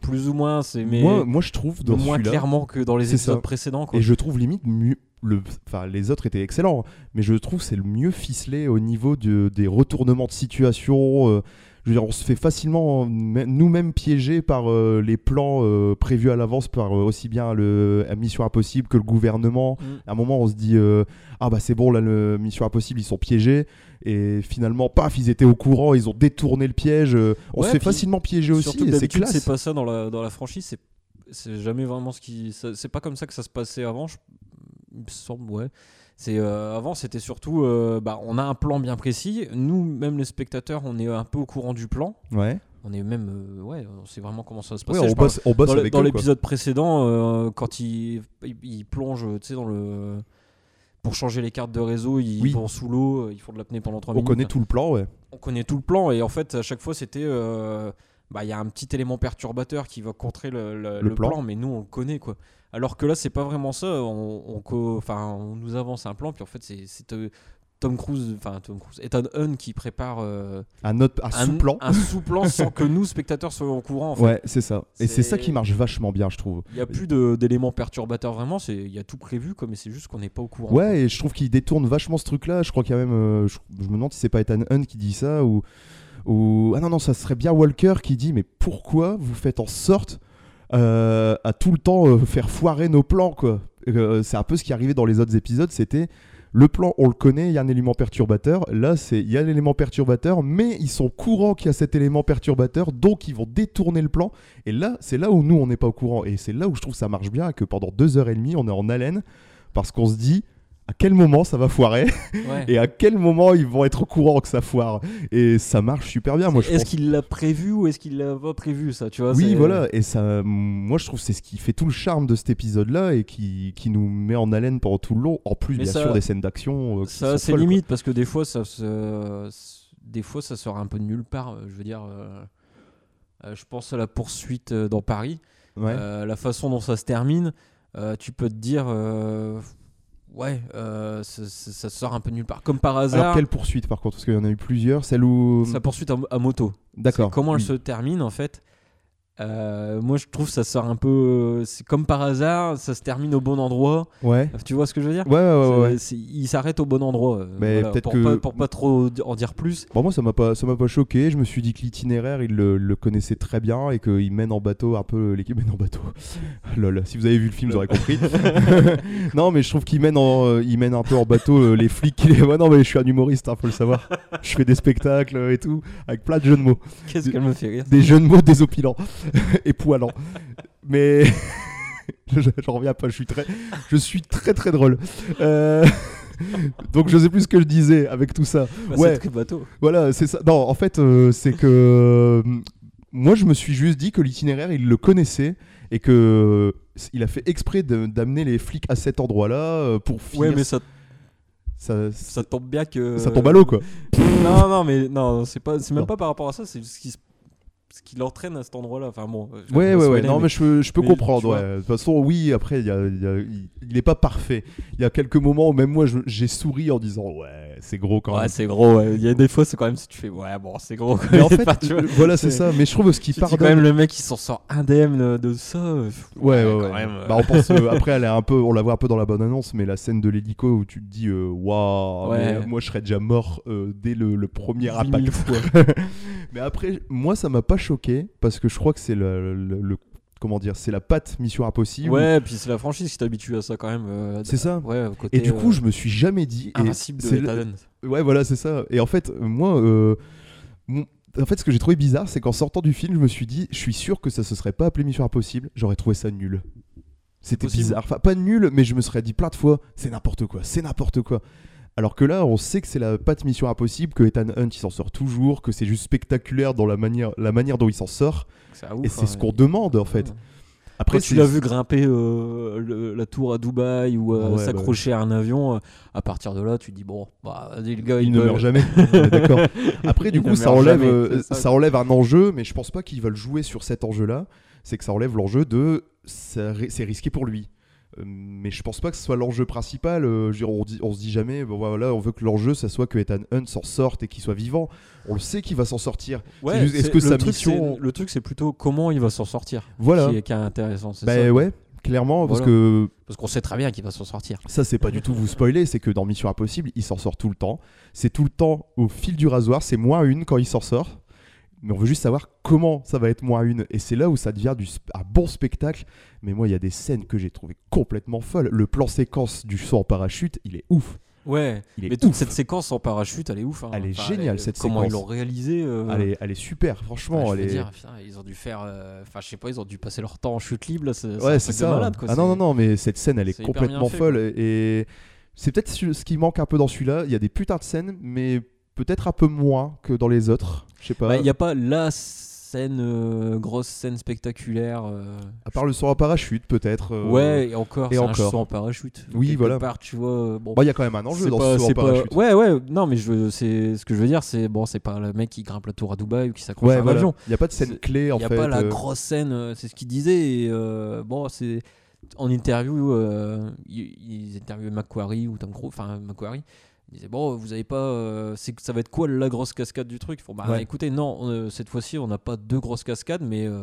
S2: plus ou moins, c'est mais
S1: Moi, moi je trouve dans
S2: moins
S1: celui-là,
S2: clairement que dans les
S1: C'est
S2: épisodes
S1: ça.
S2: précédents. Quoi.
S1: et je trouve limite mieux, le, enfin les autres étaient excellents, mais je trouve c'est le mieux ficelé au niveau de- des retournements de situation. euh, je veux dire, on se fait facilement me- nous-mêmes piéger par euh, les plans euh, prévus à l'avance par euh, aussi bien le, la Mission Impossible que le gouvernement.
S2: Mm.
S1: À un moment, on se dit euh, ah bah c'est bon là, le Mission Impossible ils sont piégés et finalement paf ils étaient au courant, ils ont détourné le piège. euh, on
S2: Ouais,
S1: se fait
S2: puis
S1: facilement piéger aussi
S2: Surtout
S1: et
S2: que
S1: c'est
S2: d'habitude,
S1: classe.
S2: c'est pas ça dans la dans la franchise. C'est c'est jamais vraiment ce qui. ça- C'est pas comme ça que ça se passait avant. je- Il me semble, ouais. C'est euh, avant, c'était surtout, euh, bah, on a un plan bien précis. Nous, même les spectateurs, on est un peu au courant du plan.
S1: Ouais.
S2: On est même, euh, ouais, on sait vraiment comment ça va se
S1: Ouais,
S2: passer.
S1: on
S2: Je parle-
S1: bosse, on bosse
S2: dans le-
S1: avec
S2: dans
S1: eux, quoi.
S2: l'épisode précédent, euh, quand il, il, il plonge, tu sais, dans le. Pour changer les cartes de réseau, ils
S1: Oui.
S2: vont sous l'eau, euh, ils font de l'apnée pendant 3
S1: On
S2: minutes.
S1: connaît tout le plan ouais.
S2: On connaît tout le plan, et en fait, à chaque fois, c'était. euh, bah, il y a un petit élément perturbateur qui va contrer le, le-
S1: Le
S2: le
S1: plan.
S2: plan. mais nous, on le connaît, quoi. Alors que là, c'est pas vraiment ça. On, on, co- enfin, on nous avance un plan, puis en fait, c'est. c'est, euh, Tom Cruise, enfin Tom Cruise, Ethan Hunt qui prépare euh,
S1: Un autre un
S2: un
S1: sous-plan.
S2: un sous-plan sans que nous, spectateurs, soyons au courant. en fait.
S1: Ouais, c'est ça. Et c'est
S2: C'est-
S1: ça qui marche vachement bien, je trouve.
S2: Il n'y a plus de- d'éléments perturbateurs vraiment, c'est- il y a tout prévu, comme mais c'est juste qu'on n'est pas au courant.
S1: Ouais, et je trouve qu'il détourne vachement ce truc-là. Je crois qu'il y a même. euh, je, je me demande si c'est pas Ethan Hunt qui dit ça ou. ou... Ah non, non, ça serait bien Walker qui dit Mais pourquoi vous faites en sorte euh, à tout le temps euh, faire foirer nos plans, quoi Euh, C'est un peu ce qui arrivait dans les autres épisodes, c'était. Le plan, on le connaît, il y a un élément perturbateur. Là, c'est il y a l'élément perturbateur, mais ils sont courants qu'il y a cet élément perturbateur, donc ils vont détourner le plan. Et là, c'est là où nous, on n'est pas au courant. Et c'est là où je trouve que ça marche bien, que pendant deux heures et demie, on est en haleine, parce qu'on se dit à quel moment ça va foirer
S2: Ouais.
S1: et à quel moment ils vont être au courant que ça foire. Et ça marche super bien, moi je
S2: Est-ce
S1: pense.
S2: qu'il l'a prévu ou est-ce qu'il l'a pas prévu ça tu vois,
S1: Oui,
S2: c'est-
S1: voilà, et ça, moi je trouve que c'est ce qui fait tout le charme de cet épisode-là et qui, qui nous met en haleine pendant tout le long, en plus
S2: Mais
S1: bien
S2: ça-
S1: sûr des scènes d'action. euh, qui
S2: Ça,
S1: sont
S2: c'est
S1: folles, quoi.
S2: limite parce que des fois, ça se... des fois, ça sort un peu de nulle part. euh, Je veux dire, euh, euh, je pense à la poursuite euh, dans Paris,
S1: Ouais.
S2: Euh, la façon dont ça se termine. euh, tu peux te dire, euh, ouais, euh, ça, ça- ça sort un peu de nulle part. Comme par
S1: Alors
S2: hasard,
S1: quelle poursuite par contre Parce qu'il y en a eu plusieurs, celle où...
S2: sa poursuite à, à moto.
S1: D'accord.
S2: C'est Comment elle
S1: Oui.
S2: se termine en fait Euh, Moi, je trouve ça sort un peu. C'est comme par hasard, ça se termine au bon endroit.
S1: Ouais.
S2: Tu vois ce que je veux dire
S1: Ouais, ouais, ouais,
S2: C'est-
S1: ouais.
S2: c'est- Il s'arrête au bon endroit. euh,
S1: Mais
S2: voilà,
S1: peut-être
S2: pour,
S1: que-
S2: pas, pour pas trop di- en dire plus.
S1: Bon, moi, ça m'a pas, ça m'a pas choqué. Je me suis dit que l'itinéraire, il le, le connaissait très bien et qu'il mène en bateau un peu l'équipe mène en bateau. Lol. Si vous avez vu le film, vous aurez compris. non, mais je trouve qu'il mène, en, euh, il mène un peu en bateau euh, les flics. Qu'il est... Ouais, non, mais je suis un humoriste, hein, faut le savoir. Je fais des spectacles euh, et tout avec plein de jeux de mots,
S2: Qu'est-ce
S1: Du-
S2: qu'elle me fait rire
S1: des jeux de mots désopilants et poilants. Mais je- j'en reviens pas. Je suis très, je suis très très drôle. Euh, Donc je sais plus ce que je disais avec tout ça.
S2: Bah,
S1: ouais.
S2: c'est que bateau.
S1: Voilà, c'est ça. Non, en fait, euh, c'est que euh, moi, je me suis juste dit que l'itinéraire, il le connaissait et que euh, il a fait exprès de- d'amener les flics à cet endroit-là euh, pour finir.
S2: Ouais, mais Euh, ça,
S1: ça,
S2: ça tombe bien que.
S1: ça tombe à l'eau, quoi.
S2: Non, non, mais non, c'est pas, c'est même
S1: Non.
S2: pas par rapport à ça. C'est ce qui, se- ce qui l'entraîne à cet endroit-là. Enfin bon. euh, je vais
S1: Ouais,
S2: pas
S1: ouais, ouais.
S2: spoiler,
S1: Non, mais, je, peux- je peux
S2: mais tu
S1: comprendre.
S2: vois.
S1: ouais. De toute façon, oui, après, il y a- il y a- il- il est pas parfait. Il y a quelques moments où même moi, je- j'ai souri en disant Ouais, c'est gros quand
S2: Ouais,
S1: même.
S2: c'est gros. ouais. Il y a des fois, c'est quand même si tu fais. Ouais, bon, c'est gros. quoi.
S1: Mais en
S2: Enfin,
S1: fait,
S2: tu vois,
S1: voilà, c'est
S2: c'est-
S1: ça. Mais je trouve ce qui
S2: tu te dis
S1: pardonne.
S2: quand même le mec qui s'en sort indemne de ça. euh,
S1: Ouais, ouais,
S2: quand
S1: ouais.
S2: même, euh.
S1: Bah, on pense, euh, après, elle est un peu, on la voit un peu dans la bonne annonce, mais la scène de l'hélico où tu te dis, euh, waouh, mais,
S2: Ouais.
S1: euh, moi je serais déjà mort euh, dès le, le premier
S2: 8000
S1: impact.
S2: fois.
S1: mais après, moi ça m'a pas choqué parce que je crois que c'est le, le- le- comment dire, c'est la patte Mission Impossible.
S2: Ouais, puis c'est la franchise qui t'habitue à ça quand même. euh,
S1: C'est ça.
S2: Ouais, au côté,
S1: Et du coup,
S2: euh,
S1: je me suis jamais dit. et
S2: invincible de
S1: c'est le-
S2: Ethan Hunt.
S1: Ouais, voilà, c'est ça. Et en fait, euh, moi, euh, mon- en fait, ce que j'ai trouvé bizarre, c'est qu'en sortant du film, je me suis dit, je suis sûr que ça se serait pas appelé Mission Impossible. J'aurais trouvé ça nul. C'était
S2: possible.
S1: bizarre. Enfin, pas nul, mais je me serais dit plein de fois, c'est n'importe quoi, c'est n'importe quoi. Alors que là, on sait que c'est la patte Mission Impossible, que Ethan Hunt il s'en sort toujours, que c'est juste spectaculaire dans la manière, la manière dont il s'en sort.
S2: C'est un ouf,
S1: et c'est
S2: hein,
S1: ce qu'on
S2: il-
S1: demande en fait.
S2: Ouais.
S1: Après,
S2: Quand tu
S1: c'est-
S2: l'as vu grimper euh, le- la tour à Dubaï ou euh,
S1: Ouais, bah
S2: s'accrocher à un avion, euh, à partir de là, tu te dis bon, bah, vas-y, le gars,
S1: Il
S2: il
S1: ne
S2: peut-
S1: meurt jamais. On est D'accord. Après,
S2: Il
S1: du
S2: ne
S1: coup, ça
S2: meurt
S1: enlève,
S2: jamais,
S1: euh,
S2: c'est ça.
S1: ça. enlève un enjeu, mais je pense pas qu'ils veulent jouer sur cet enjeu-là. C'est que ça enlève l'enjeu de ça ri- c'est risqué pour lui. Euh, Mais je pense pas que ce soit l'enjeu principal. euh, je veux dire, on, dit- on se dit jamais, bon, voilà, on veut que l'enjeu, ça soit que Ethan Hunt s'en sorte et qu'il soit vivant. On le sait qu'il va s'en sortir.
S2: Ouais,
S1: C'est juste, est-ce
S2: c'est-
S1: que
S2: le
S1: sa
S2: truc,
S1: mission-
S2: c'est- Le truc, c'est plutôt comment il va s'en sortir.
S1: Voilà.
S2: Qui est, qui est intéressant, c'est
S1: Ben
S2: ça.
S1: ouais, clairement, parce
S2: Voilà.
S1: que
S2: Parce qu'on sait très bien qu'il va s'en sortir.
S1: Ça, c'est pas du tout vous spoiler, c'est que dans Mission Impossible, il s'en sort tout le temps. C'est tout le temps au fil du rasoir, c'est moins une quand il s'en sort. Mais on veut juste savoir comment ça va être moins une. Et c'est là où ça devient du sp- un bon spectacle. Mais moi, il y a des scènes que j'ai trouvées complètement folles. Le plan séquence du saut en parachute, il est ouf.
S2: Ouais.
S1: Il est
S2: Mais toute
S1: ouf.
S2: cette séquence en parachute, elle est ouf. hein.
S1: Elle est géniale, cette
S2: Comment
S1: séquence.
S2: ils l'ont réalisée euh,
S1: Elle, est, elle est super,
S2: ouais,
S1: franchement.
S2: je
S1: elle
S2: veux
S1: est-
S2: dire, putain, ils ont dû faire. euh, Enfin, je sais pas, ils ont dû passer leur temps en chute libre. là, C'est c'est un
S1: Ouais, c'est
S2: truc
S1: ça.
S2: de malade, quoi,
S1: ah non,
S2: c'est-
S1: non, non, mais cette scène, elle est,
S2: c'est hyper
S1: complètement
S2: bien fait,
S1: folle. Et c'est peut-être ce ce qui manque un peu dans celui-là. Il y a des putains de scènes, mais peut-être un peu moins que dans les autres. Je sais pas.
S2: Bah, Il n'y a pas la scène, euh, grosse scène spectaculaire. euh,
S1: À part le saut en parachute, peut-être. euh,
S2: Ouais, et encore,
S1: et
S2: c'est un
S1: encore.
S2: saut en parachute.
S1: Oui,
S2: Quelque
S1: voilà.
S2: part, tu vois, euh, bon,
S1: Bah, il y a quand même un enjeu
S2: c'est
S1: dans
S2: pas-
S1: ce saut en
S2: c'est pas-
S1: parachute.
S2: Ouais, ouais, non, mais je, c'est, ce que je veux dire, c'est bon, c'est pas le mec qui grimpe la tour à Dubaï ou qui s'accroche à un
S1: voilà.
S2: avion.
S1: Il n'y a pas de scène
S2: C'est-
S1: clé,
S2: Il
S1: en
S2: n'y
S1: fait.
S2: a pas la
S1: euh,
S2: grosse scène, euh, c'est ce qu'il disait. Et, euh, bon, c'est. En interview, euh, ils ils interviewaient Macquarie ou Tom Cruise, enfin Macquarie. Il disait bon, vous avez pas, euh, c'est que ça va être quoi la grosse cascade du truc Faut bah
S1: Ouais.
S2: écoutez, non, euh, cette fois-ci on n'a pas deux grosses cascades, mais euh,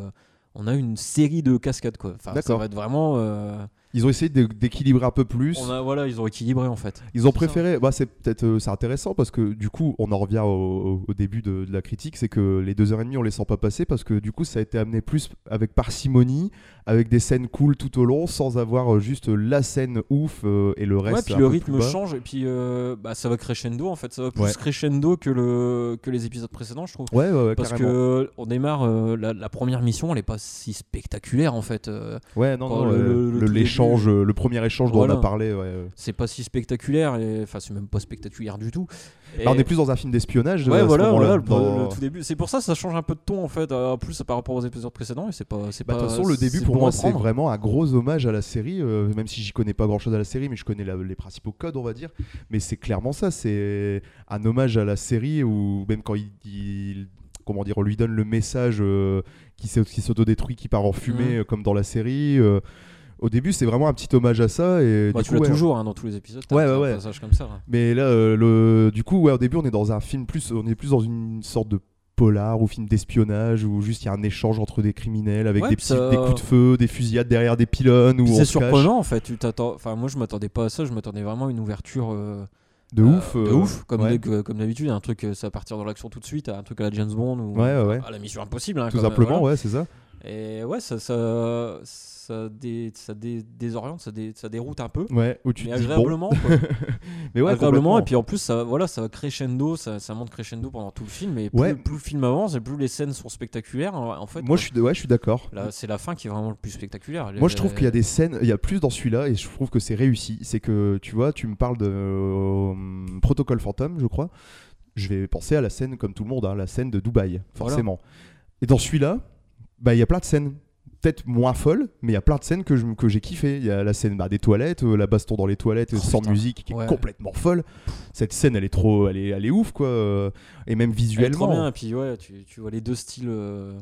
S2: on a une série de cascades quoi. Enfin, ça
S1: D'accord.
S2: va être vraiment. euh,
S1: Ils ont essayé de- d'équilibrer un peu plus.
S2: on a- voilà, ils ont équilibré en fait.
S1: Ils ont
S2: C'est ça.
S1: préféré, bah c'est peut-être euh, c'est intéressant parce que du coup on en revient au, au- au début de, de la critique, c'est que les deux heures et demie on les sent pas passer parce que du coup ça a été amené plus avec parcimonie, avec des scènes cool tout au long, sans avoir euh, juste la scène ouf euh, et le reste.
S2: ouais, puis
S1: un
S2: le
S1: peu plus
S2: rythme
S1: bas.
S2: change et puis euh, bah, ça va crescendo en fait, ça va plus
S1: Ouais.
S2: crescendo que le que les épisodes précédents, je trouve.
S1: Ouais, ouais, ouais,
S2: Parce
S1: carrément.
S2: que on démarre euh, la, la première mission, elle est pas si spectaculaire en fait. euh,
S1: Ouais, non,
S2: quand
S1: non,
S2: le-
S1: euh,
S2: le- le
S1: le-
S2: tout début-
S1: l'échange, euh, le premier échange dont on
S2: Voilà.
S1: a parlé. ouais, euh.
S2: c'est pas si spectaculaire, et- enfin c'est même pas spectaculaire du tout. Et-
S1: Bah, on est plus dans un film d'espionnage. euh, à
S2: Ouais,
S1: ce
S2: voilà,
S1: moment-là,
S2: voilà, le,
S1: dans-
S2: le tout début. C'est pour ça que ça change un peu de ton en fait, euh, en plus par rapport aux épisodes précédents. Et c'est pas, c'est
S1: Bah, de
S2: pas.
S1: toute façon, le début
S2: c'est
S1: pour
S2: bon
S1: moi,
S2: à
S1: c'est
S2: prendre.
S1: vraiment un gros hommage à la série, euh, même si j'y connais pas grand chose à la série, mais je connais la- les principaux codes, on va dire. Mais c'est clairement ça, c'est un hommage à la série, ou même quand il, il- comment dire, on lui donne le message euh, qui s'est- qui s'autodétruit, qui part en fumée,
S2: Mhm.
S1: euh, comme dans la série. euh. au début, c'est vraiment un petit hommage à ça. Et
S2: Bah,
S1: du
S2: tu
S1: coup,
S2: l'as
S1: ouais.
S2: toujours hein, dans tous les épisodes. t'as
S1: Ouais,
S2: un
S1: ouais,
S2: petit
S1: ouais.
S2: passage comme ça. hein. là.
S1: Mais là, euh, le, du coup, ouais, au début, on est dans un film plus, on est plus dans une sorte de polar ou film d'espionnage où juste il y a un échange entre des criminels avec
S2: Ouais,
S1: des,
S2: puis
S1: petits-
S2: ça-
S1: des coups de feu, des fusillades derrière des pylônes ou
S2: Puis
S1: on
S2: c'est
S1: se cache.
S2: surprenant en fait. Tu t'attends. Enfin, moi je m'attendais pas à ça. Je m'attendais vraiment à une ouverture. euh,
S1: de
S2: euh,
S1: ouf,
S2: de
S1: euh,
S2: ouf, comme
S1: ouais.
S2: d'hab- comme d'habitude. Un truc, euh, ça va partir dans l'action tout de suite. Un truc à la James Bond ou
S1: Ouais, ouais, ouais.
S2: à la Mission Impossible. hein,
S1: Tout
S2: comme, euh,
S1: simplement,
S2: voilà.
S1: ouais, c'est ça.
S2: Et ouais, ça, ça, ça, dé- ça dé- désoriente, ça, dé- ça déroute un peu.
S1: Ouais, où tu
S2: mais
S1: te dis bon,
S2: agréablement, quoi.
S1: mais ouais,
S2: agréablement.
S1: complètement.
S2: Et puis en plus, ça, voilà, ça va crescendo, ça, ça monte crescendo pendant tout le film. Et plus,
S1: Ouais.
S2: plus le film avance, et plus les scènes sont spectaculaires. En en fait,
S1: moi,
S2: quoi.
S1: je suis, ouais, je suis d'accord.
S2: Là, c'est la fin qui est vraiment le plus spectaculaire.
S1: Moi, je trouve qu'il y a des scènes, il y a plus dans celui-là, et je trouve que c'est réussi. C'est que, tu vois, tu me parles de euh, Protocole Fantôme, je crois. Je vais penser à la scène, comme tout le monde, hein, la scène de Dubaï,
S2: Voilà.
S1: forcément. Et dans celui-là, bah, il y a plein de scènes. Peut-être moins folles, mais il y a plein de scènes que je- que j'ai kiffé. Il y a la scène bah, des toilettes, euh, la baston dans les toilettes euh,
S2: Oh,
S1: sans
S2: putain.
S1: musique qui
S2: Ouais.
S1: est complètement folle. Cette scène, elle est trop, elle est, elle est ouf quoi. euh, Et même
S2: Elle est trop
S1: visuellement,
S2: bien, et puis ouais, tu, tu vois les deux styles euh,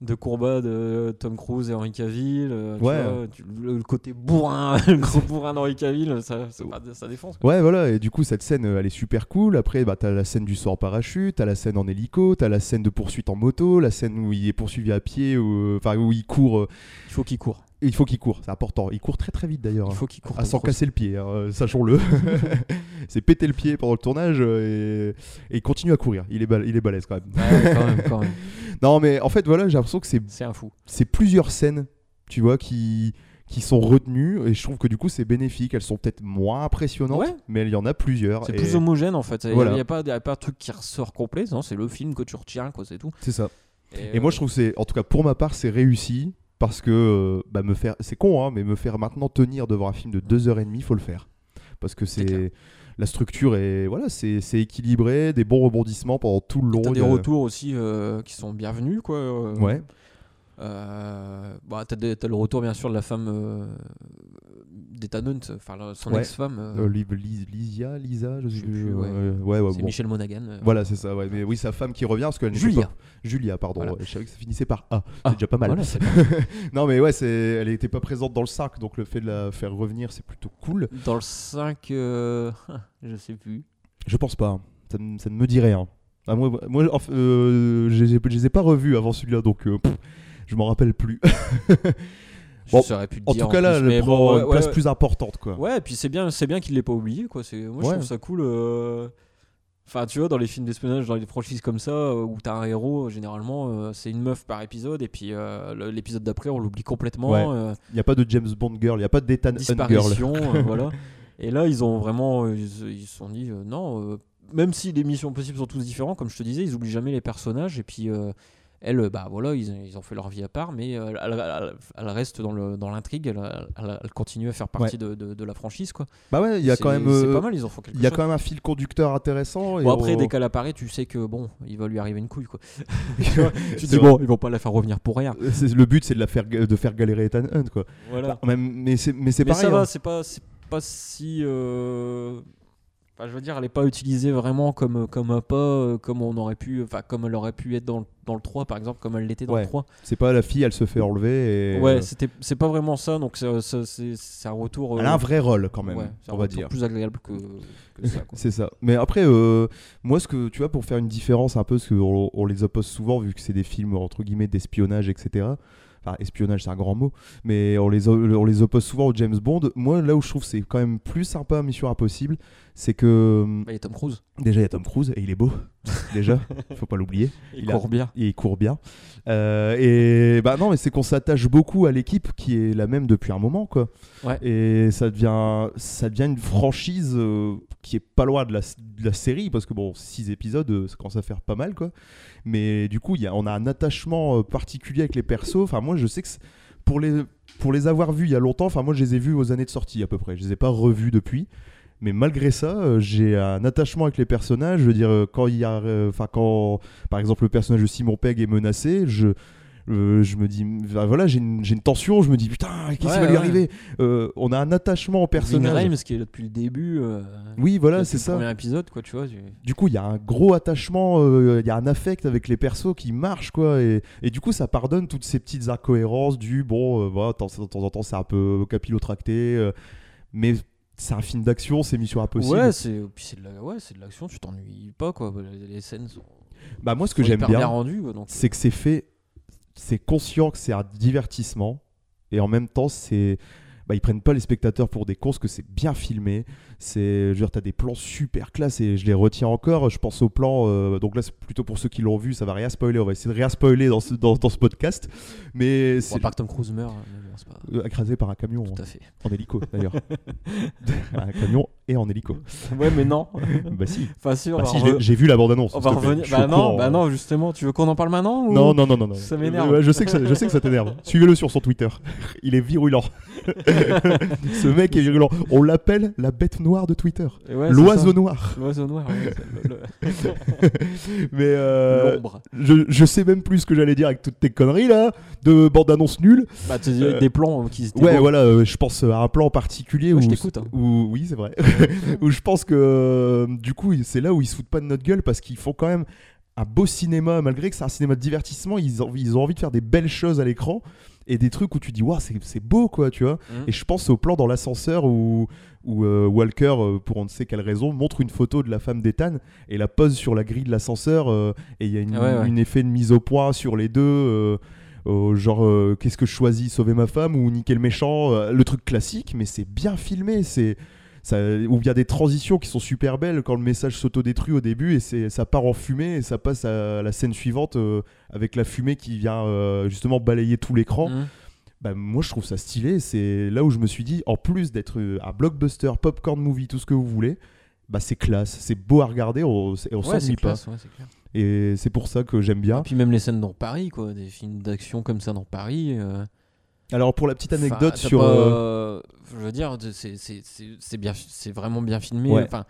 S2: de Courbat de Tom Cruise et Henry Cavill. euh, tu
S1: Ouais.
S2: vois, tu- le, le côté bourrin, le gros bourrin d'Henry Cavill, ça, ça,
S1: Oh.
S2: ça défonce.
S1: Ouais, voilà, et du coup, cette scène, euh, elle est super cool. Après, bah, t'as la scène du saut en parachute, t'as la scène en hélico, t'as la scène de poursuite en moto, la scène où il est poursuivi à pied, où, euh, enfin, où il court. euh,
S2: Il faut qu'il court.
S1: il faut qu'il court, c'est important. Il court très très vite d'ailleurs.
S2: Il
S1: hein,
S2: faut qu'il court.
S1: À
S2: Tom
S1: s'en
S2: Cruise.
S1: casser le pied, hein, euh, sachons-le. c'est péter le pied pendant le tournage euh, et, et il continue à courir. Il est, bal- il est balèze quand même.
S2: Ouais, quand même, quand même.
S1: Non, mais en fait, voilà, j'ai l'impression que c'est
S2: C'est un fou.
S1: c'est plusieurs scènes, tu vois, qui, qui sont retenues. Et je trouve que du coup, c'est bénéfique. Elles sont peut-être moins impressionnantes,
S2: Ouais.
S1: mais il y en a plusieurs.
S2: C'est
S1: et
S2: plus homogène en fait. Il n'y
S1: Voilà.
S2: a, pas il y a pas un truc qui ressort complet, non, c'est le film que tu retiens, quoi, c'est tout.
S1: C'est ça.
S2: Et,
S1: Et moi,
S2: euh,
S1: je trouve que c'est, en tout cas pour ma part, c'est réussi parce que euh, bah, me faire, c'est con, hein, mais me faire maintenant tenir devant un film de deux heures et demie, faut le faire parce que
S2: C'est
S1: c'est la structure est voilà, c'est, c'est équilibré, des bons rebondissements pendant tout le long.
S2: T'as
S1: il
S2: des
S1: y a-
S2: retours aussi euh, qui sont bienvenus, quoi. euh,
S1: Ouais,
S2: euh, bah, t'as, des- t'as le retour, bien sûr, de la femme euh, d'Ethan Hunt, enfin la- son
S1: Ouais.
S2: ex-femme. euh,
S1: Euh, Liv- Liz- Lisia, Lisa, je sais
S2: sais
S1: plus,
S2: plus, ouais.
S1: euh, ouais, ouais,
S2: c'est
S1: bon.
S2: Michel Monaghan. euh,
S1: Voilà, c'est ça. Ouais. Mais oui, sa femme qui revient parce qu'elle n'était
S2: Julia.
S1: pas- Julia, pardon.
S2: Voilà.
S1: ouais, Je savais que ça finissait par A.
S2: Ah,
S1: c'est déjà pas mal.
S2: voilà, c'est bien.
S1: Non, mais ouais, c'est... elle n'était pas présente dans le cercle, donc le fait de la faire revenir, c'est plutôt cool.
S2: Dans le 5, euh, je sais plus.
S1: Je pense pas. hein. Ça, ne- ça ne me dit rien. Ah, moi, moi en fait, euh, je les ai- je les ai pas revus avant celui-là, donc euh, pff, je m'en rappelle plus.
S2: Je
S1: Bon,
S2: saurais plus te
S1: en
S2: dire
S1: tout cas, là,
S2: plus, mais
S1: elle prend
S2: bon, ouais,
S1: une
S2: ouais,
S1: place
S2: ouais.
S1: plus importante, quoi.
S2: Ouais, et puis c'est bien, c'est bien qu'il l'ait pas oublié, quoi. C'est, moi, je
S1: Ouais.
S2: trouve ça cool. euh, Enfin, tu vois, dans les films d'espionnage, dans les franchises comme ça, euh, où t'as un héros, euh, généralement, euh, c'est une meuf par épisode, et puis euh, le- l'épisode d'après, on l'oublie complètement.
S1: Ouais.
S2: euh,
S1: Il n'y a pas de James Bond girl, il n'y a pas d'Ethan Hunt girl.
S2: disparition, euh, voilà. Et là, ils ont vraiment, euh, ils se- ils se sont dit, euh, non, euh, même si les missions possibles sont tous différents, comme je te disais, ils oublient jamais les personnages, et puis. euh, elle, euh, bah voilà, ils, ils ont fait leur vie à part, mais euh, elle, elle- elle reste dans le- dans l'intrigue, dans elle, elle- elle continue à faire partie de- de- de la franchise, quoi.
S1: Bah ouais, il y a
S2: C'est-
S1: quand même.
S2: C'est
S1: euh,
S2: pas mal, ils en font quelque
S1: Il y a
S2: chose.
S1: quand même un fil conducteur intéressant. et
S2: Bon, après,
S1: on-
S2: dès qu'elle apparaît, tu sais que bon, il va lui arriver une couille, quoi. tu vois, tu te dis,
S1: C'est
S2: bon, ils vont pas la faire revenir pour rien.
S1: euh, C'est- le but, c'est de, la faire, de faire galérer Ethan Hunt, quoi.
S2: Voilà.
S1: Même, mais c'est, hein. mais c'est
S2: Bah, Mais
S1: pareil.
S2: ça va,
S1: hein.
S2: c'est pas, c'est pas si. euh, Enfin, je veux dire, elle n'est pas utilisée vraiment comme, comme un pas, euh, comme on aurait pu, enfin, comme elle aurait pu être dans le, dans le 3, par exemple, comme elle l'était dans
S1: Ouais.
S2: le 3.
S1: C'est pas la fille, elle se fait enlever. Et,
S2: ouais,
S1: euh,
S2: c'était, c'est pas vraiment ça, donc c'est, c'est- c'est- c'est un retour. euh,
S1: elle a un vrai rôle quand même,
S2: ouais, c'est un
S1: on va
S2: retour
S1: dire.
S2: plus agréable que, que ça. quoi.
S1: C'est ça. Mais après, euh, moi, ce que tu vois, pour faire une différence un peu, parce qu'on on les oppose souvent, vu que c'est des films entre guillemets d'espionnage, etc. Enfin, espionnage, c'est un grand mot, mais on les, o- on les oppose souvent au James Bond. Moi, là où je trouve que c'est quand même plus sympa Mission Impossible, c'est que hum,
S2: Bah, il y a Tom Cruise,
S1: déjà il y a Tom Cruise et il est beau, déjà, faut pas l'oublier
S2: il
S1: Il a-
S2: court bien.
S1: et il court bien. Euh, et bah non, mais c'est qu'on s'attache beaucoup à l'équipe qui est la même depuis un moment, quoi.
S2: Ouais.
S1: Et ça devient, ça devient une franchise euh, qui est pas loin de la, de la série, parce que bon, 6 épisodes, euh, ça commence à faire pas mal, quoi. Mais du coup, il y a, on a un attachement euh, particulier avec les persos. Enfin, moi, je sais que c'est- pour les, pour les avoir vus il y a longtemps, enfin, moi, je les ai vus aux années de sortie à peu près. Je les ai pas revus depuis. Mais malgré ça, euh, j'ai un attachement avec les personnages. Je veux dire, euh, quand il y a, euh, enfin, quand par exemple le personnage de Simon Pegg est menacé, je euh, je me dis bah, voilà j'ai une, j'ai une tension je me dis putain qu'est-ce qui
S2: Ouais,
S1: va lui
S2: ouais.
S1: arriver Euh, on a un attachement au
S2: Ving
S1: personnage
S2: Rhames, qui est là depuis le début. euh,
S1: oui voilà
S2: depuis
S1: c'est
S2: le
S1: ça
S2: Premier épisode, quoi, tu vois. tu-
S1: du coup il y a un gros attachement euh, il y a un affect avec les persos qui marchent quoi et, et du coup ça pardonne toutes ces petites incohérences du bon euh, voilà, de temps de temps en temps c'est un peu capillotracté euh, mais c'est un film d'action c'est mission impossible
S2: Ouais, c'est puis c'est de la- ouais, c'est de l'action, tu t'ennuies pas quoi. Les les scènes sont,
S1: bah moi ce que
S2: sont
S1: j'aime
S2: hyper
S1: bien,
S2: rendues. quoi, donc
S1: c'est que c'est fait, c'est conscient que c'est un divertissement, et en même temps, c'est. Bah, ils prennent pas les spectateurs pour des cons, parce que c'est bien filmé. C'est, je veux dire, t'as des plans super classe et je les retiens encore. Je pense au plan, euh, donc là, c'est plutôt pour ceux qui l'ont vu, ça va rien spoiler. On va essayer de rien spoiler dans ce, dans, dans ce podcast. Mais
S2: on va
S1: c'est
S2: pas que Tom Cruise meurt, hein, mais bon, c'est pas
S1: Euh, écrasé par un camion,
S2: tout à fait.
S1: en hélico d'ailleurs. un camion et en hélico.
S2: Ouais, mais non.
S1: Bah si,
S2: Enfin, si, on
S1: Bah,
S2: va
S1: si,
S2: re-
S1: j'ai- j'ai vu la bande-annonce.
S2: euh, on va
S1: s'il te plaît.
S2: revenir.
S1: Je suis
S2: Bah
S1: au
S2: non,
S1: courant,
S2: bah
S1: euh.
S2: non, justement, tu veux qu'on en parle maintenant ou...
S1: Non, non, non, non, non.
S2: Ça m'énerve.
S1: Ouais, je sais que ça, je sais que ça t'énerve. Suivez-le sur son Twitter. Il est virulent. Ce mec est virulent. On l'appelle la bête noire de Twitter.
S2: Et ouais, c'est
S1: L'oiseau
S2: ça.
S1: noir.
S2: L'oiseau noir. ouais, c'est le- le-
S1: Mais euh,
S2: L'ombre.
S1: je, je sais même plus ce que j'allais dire avec toutes tes conneries là, de bande-annonce nulle.
S2: Bah, tu dis
S1: euh,
S2: des plans qui se
S1: Ouais,
S2: déroulent.
S1: voilà, euh, je pense à un plan particulier
S2: Ouais,
S1: où,
S2: je t'écoute, hein.
S1: où- oui, c'est vrai. où je pense que euh, du coup, c'est là où ils se foutent pas de notre gueule parce qu'ils font quand même un beau cinéma malgré que c'est un cinéma de divertissement, ils ont, ils ont envie de faire des belles choses à l'écran et des trucs où tu dis waouh, c'est c'est beau quoi, tu vois.
S2: Mhm.
S1: Et je pense au plan dans l'ascenseur où où euh, Walker euh, pour on ne sait quelle raison montre une photo de la femme d'Ethan et la pose sur la grille de l'ascenseur euh, et il y a une,
S2: Ah ouais, ouais.
S1: une effet de mise au point sur les deux euh, euh, genre euh, qu'est-ce que je choisis sauver ma femme ou niquer le méchant euh, le truc classique mais c'est bien filmé c'est ça, où il y a des transitions qui sont super belles quand le message s'autodétruit au début et c'est ça part en fumée et ça passe à la scène suivante euh, avec la fumée qui vient euh, justement balayer tout l'écran
S2: Mhm.
S1: bah, moi je trouve ça stylé. C'est là où je me suis dit, en plus d'être euh, un blockbuster, popcorn movie, tout ce que vous voulez, bah c'est classe, c'est beau à regarder, on, c'est- on
S2: Ouais, c'est
S1: s'ennuie pas. Hein
S2: classe, ouais, c'est clair.
S1: Et c'est pour ça que j'aime bien.
S2: Et puis même les scènes dans Paris, quoi, des films d'action comme ça dans Paris. euh,
S1: Alors pour la petite anecdote
S2: Enfin, t'as
S1: sur.
S2: pas,
S1: euh,
S2: euh, je veux dire, de- c'est- c'est c'est- c'est bien, c'est vraiment bien filmé.
S1: Ouais.
S2: Enfin,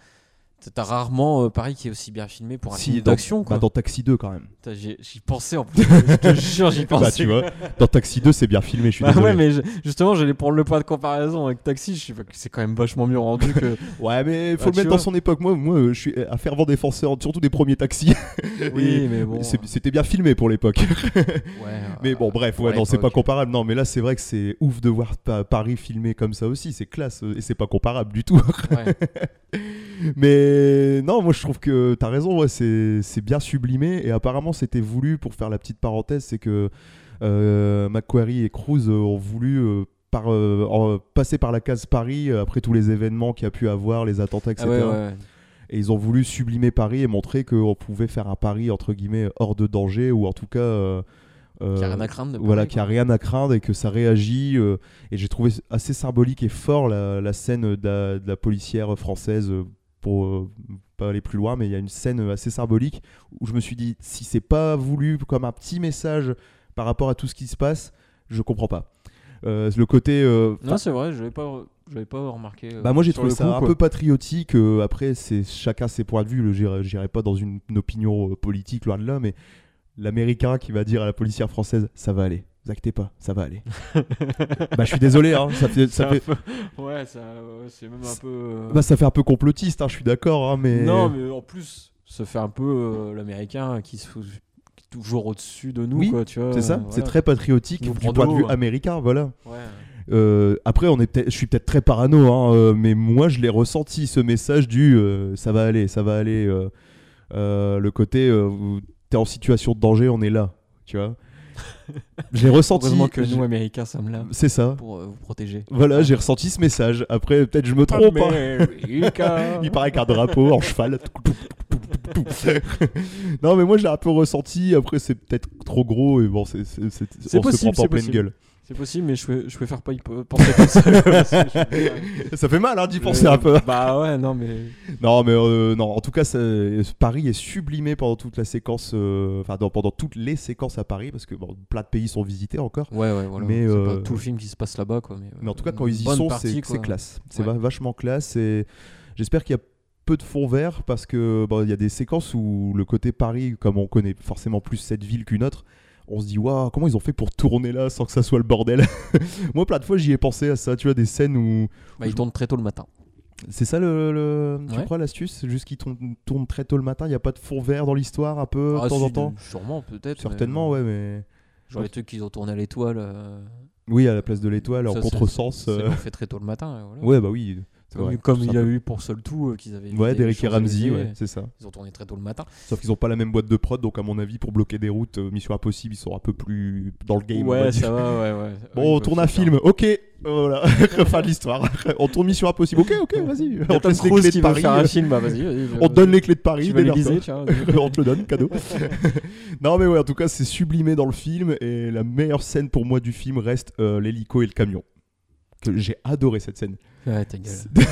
S2: t'as- t'as rarement euh, Paris qui est aussi bien filmé pour un
S1: Si,
S2: film
S1: dans-
S2: d'action.
S1: bah,
S2: quoi.
S1: dans Taxi 2 quand même.
S2: Putain, J'y j'y pensais en plus. je te jure, j'y pensais.
S1: Bah, tu vois, dans Taxi 2 c'est bien filmé, je suis
S2: Bah
S1: désolé.
S2: ouais, mais je- justement, j'allais prendre le point de comparaison avec Taxi. Je suis pas- c'est quand même vachement mieux rendu que.
S1: Ouais, mais faut
S2: Bah,
S1: le
S2: tu
S1: mettre
S2: vois.
S1: dans son époque. Moi, moi, euh, je suis un fervent défenseur, surtout des premiers taxis.
S2: oui,
S1: Et
S2: mais bon.
S1: c'est- C'était bien filmé pour l'époque.
S2: ouais,
S1: Mais
S2: euh,
S1: bon, bref, ouais,
S2: pour
S1: non, c'est pas
S2: l'époque.
S1: comparable. Non, mais là, c'est vrai que c'est ouf de voir Pa- Paris filmé comme ça aussi. C'est classe euh, et c'est pas comparable du tout.
S2: Ouais.
S1: mais non, moi, je trouve que t'as raison. Ouais, c'est c'est bien sublimé et apparemment, c'était voulu pour faire la petite parenthèse. C'est que euh, Macquarie et Cruz euh, ont voulu. euh, par, euh, en- passer par la case Paris euh, après tous les événements qu'il y a pu avoir, les attentats,
S2: Ah
S1: etc.
S2: ouais, ouais, ouais.
S1: Et ils ont voulu sublimer Paris et montrer qu'on pouvait faire un Paris entre guillemets hors de danger ou en tout cas. euh, euh,
S2: Qu'il y a rien à craindre. de
S1: voilà,
S2: Paris,
S1: qui a
S2: quoi.
S1: rien à craindre et que ça réagit. euh, et j'ai trouvé assez symbolique et fort la, la scène de la, de la policière française. euh, Pour euh, pas aller plus loin, mais il y a une scène assez symbolique où je me suis dit si c'est pas voulu comme un petit message par rapport à tout ce qui se passe, je comprends pas. Euh, le côté. euh,
S2: Non, c'est vrai, j'avais pas, j'avais pas remarqué. euh,
S1: bah moi j'ai
S2: sur
S1: trouvé
S2: le
S1: ça
S2: coup,
S1: un
S2: quoi.
S1: peu patriotique. euh, après c'est chacun ses points de vue. le- J'irai j'irai pas dans une, une opinion euh, politique loin de là, mais l'américain qui va dire à la policière française ça va aller. vous inquiétez pas, ça va aller. bah, je suis désolé, hein, ça fait, ça
S2: C'est un
S1: fait,
S2: peu- Ouais, ça, euh, c'est même un
S1: C'est-
S2: peu. euh,
S1: bah, ça fait un peu complotiste, hein, je suis d'accord, hein, mais.
S2: Non, mais en plus, ça fait un peu euh, l'américain qui se fout- qui est toujours au-dessus de nous,
S1: Oui,
S2: quoi, tu vois.
S1: C'est ça,
S2: euh,
S1: c'est
S2: voilà.
S1: très patriotique
S2: Nous
S1: du
S2: prend de
S1: point de vue
S2: haut, hein.
S1: américain, voilà.
S2: Ouais.
S1: Euh, après, on est peut-être- je suis peut-être très parano, hein, euh, mais moi je l'ai ressenti ce message du euh, ça va aller, ça va aller. euh, euh, le côté euh, vous- t'es en situation de danger, on est là, tu vois. J'ai ressenti.
S2: Heureusement que
S1: j'ai-
S2: nous, américains, sommes là
S1: C'est ça.
S2: pour euh, vous protéger.
S1: Voilà, j'ai ressenti ce message. Après, peut-être je me
S2: Ah,
S1: trompe. hein.
S2: América.
S1: Il paraît qu'un drapeau en cheval. non, mais moi je l'ai un peu ressenti. Après, c'est peut-être trop gros et bon, c'est, c'est- c'est-
S2: C'est
S1: on se prend
S2: possible,
S1: pas en
S2: c'est
S1: pleine
S2: possible.
S1: gueule.
S2: C'est possible, mais je, peux- je préfère pas y pe- penser comme ça. Je-
S1: Ça fait mal hein, d'y penser un peu.
S2: Bah ouais, non, mais.
S1: Non, mais euh, non, en tout cas, ça- Paris est sublimé pendant toute la séquence, euh, enfin, dans- pendant toutes les séquences à Paris, parce que bon, plein de pays sont visités encore.
S2: Ouais, ouais, voilà.
S1: Mais,
S2: c'est
S1: euh,
S2: pas tout le film qui se passe là-bas, quoi. Mais,
S1: Mais en tout
S2: euh,
S1: cas, quand
S2: une
S1: ils y
S2: bonne
S1: sont,
S2: partie,
S1: c'est
S2: quoi.
S1: c'est classe. C'est
S2: Ouais.
S1: va- vachement classe. Et j'espère qu'il y a peu de fond vert parce que bon, il y a des séquences où le côté Paris, comme on connaît forcément plus cette ville qu'une autre, on se dit waouh comment ils ont fait pour tourner là sans que ça soit le bordel. Moi, plein de fois, j'y ai pensé à ça. Tu vois des scènes où
S2: Bah, ils tournent très tôt le matin.
S1: c'est ça le, le- tu
S2: Ouais.
S1: crois l'astuce, C'est juste qu'ils tournent, tournent très tôt le matin. Il y a pas de fond vert dans l'histoire un peu
S2: Ah,
S1: de temps en
S2: si,
S1: temps.
S2: de- Sûrement, peut-être. mais,
S1: Certainement,
S2: euh,
S1: ouais, mais
S2: Genre les trucs qu'ils ont tourné à l'étoile. euh,
S1: oui, à la place de l'étoile, en
S2: ça, c'est-
S1: contresens.
S2: c'est-
S1: euh,
S2: c'est fait très tôt le matin. et voilà.
S1: Ouais, bah oui. c'est
S2: Comme,
S1: vrai,
S2: comme
S1: tout
S2: il y a
S1: simple.
S2: eu pour Seul Tout euh, qu'ils avaient.
S1: Ouais,
S2: évité les
S1: Derrick et
S2: Champs-Élysées,
S1: Ramsey, ouais, c'est ça.
S2: Ils ont tourné très tôt le matin.
S1: Sauf qu'ils ont pas la même boîte de prod, donc à mon avis, pour bloquer des routes, euh, Mission Impossible, ils sont un peu plus dans le game. on va
S2: ouais,
S1: dire.
S2: ça va, bah, ouais, ouais. Eux,
S1: Bon, on
S2: ils
S1: tourne
S2: peuvent
S1: un
S2: faire.
S1: film, ok, euh, voilà, fin de l'histoire. on tourne Mission Impossible, ok, ok, vas-y.
S2: Il y
S1: On
S2: a
S1: te
S2: Tom
S1: laisse les
S2: Cruise
S1: clés
S2: qui
S1: de
S2: veut
S1: Paris. euh,
S2: faire un film, bah vas-y. vas-y,
S1: On
S2: euh,
S1: te donne les clés de Paris,
S2: Tu vas
S1: démerde-toi.
S2: l'Élysée, tiens.
S1: on te le donne, cadeau. non, mais ouais, en tout cas, c'est sublimé dans le film. Et la meilleure scène pour moi du film reste euh, l'hélico et le camion. Que j'ai adoré cette scène.
S2: Ouais, ta gueule.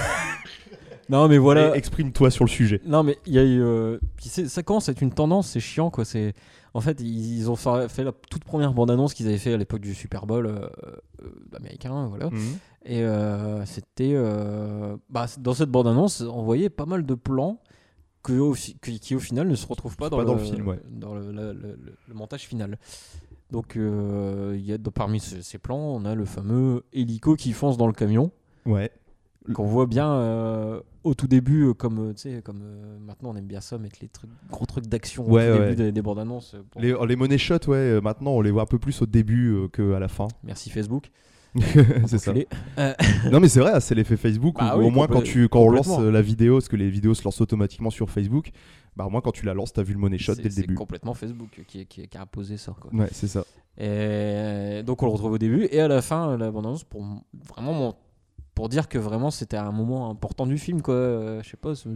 S2: Non, mais voilà.
S1: Et Exprime-toi sur le sujet.
S2: Non, mais il y a eu. euh, puis c'est- ça commence à être une tendance, c'est chiant quoi. C'est en fait ils, ils ont fa- fait la toute première bande annonce qu'ils avaient fait à l'époque du Super Bowl euh, euh, américain, voilà.
S1: Mhm.
S2: Et euh, c'était euh, bah, c- dans cette bande annonce, on voyait pas mal de plans que au fi- qui, qui, au final ne se retrouvent pas dans,
S1: pas dans le film, ouais.
S2: dans le, le- le- le- le montage final. Donc euh, il y a dans- parmi ce- ces plans, on a le fameux hélico qui fonce dans le camion
S1: Ouais.
S2: qu'on voit bien euh, au tout début euh, comme euh, tu sais comme euh, maintenant on aime bien ça mettre les trucs, gros trucs d'action
S1: Ouais,
S2: au tout
S1: ouais.
S2: début des, des bandes annonces euh, pour-
S1: Les, les money shots, ouais, euh, maintenant on les voit un peu plus au début euh, qu'à la fin.
S2: merci Facebook
S1: c'est ça.
S2: Enculé.
S1: Non, mais c'est vrai, hein, c'est l'effet Facebook.
S2: Bah
S1: où
S2: oui,
S1: au moins, quand,
S2: complè-
S1: tu, quand on lance
S2: complètement.
S1: euh, la vidéo, parce que les vidéos se lancent automatiquement sur Facebook, bah au moins quand tu la lances, t'as vu le money shot
S2: C'est-
S1: dès le
S2: c'est
S1: début.
S2: complètement Facebook qui, qui, qui a imposé ça quoi.
S1: Ouais, c'est ça.
S2: Et euh, donc on le retrouve au début et à la fin la bande annonce pour m- vraiment mon- pour dire que vraiment c'était un moment important du film quoi. Euh, je sais pas ce,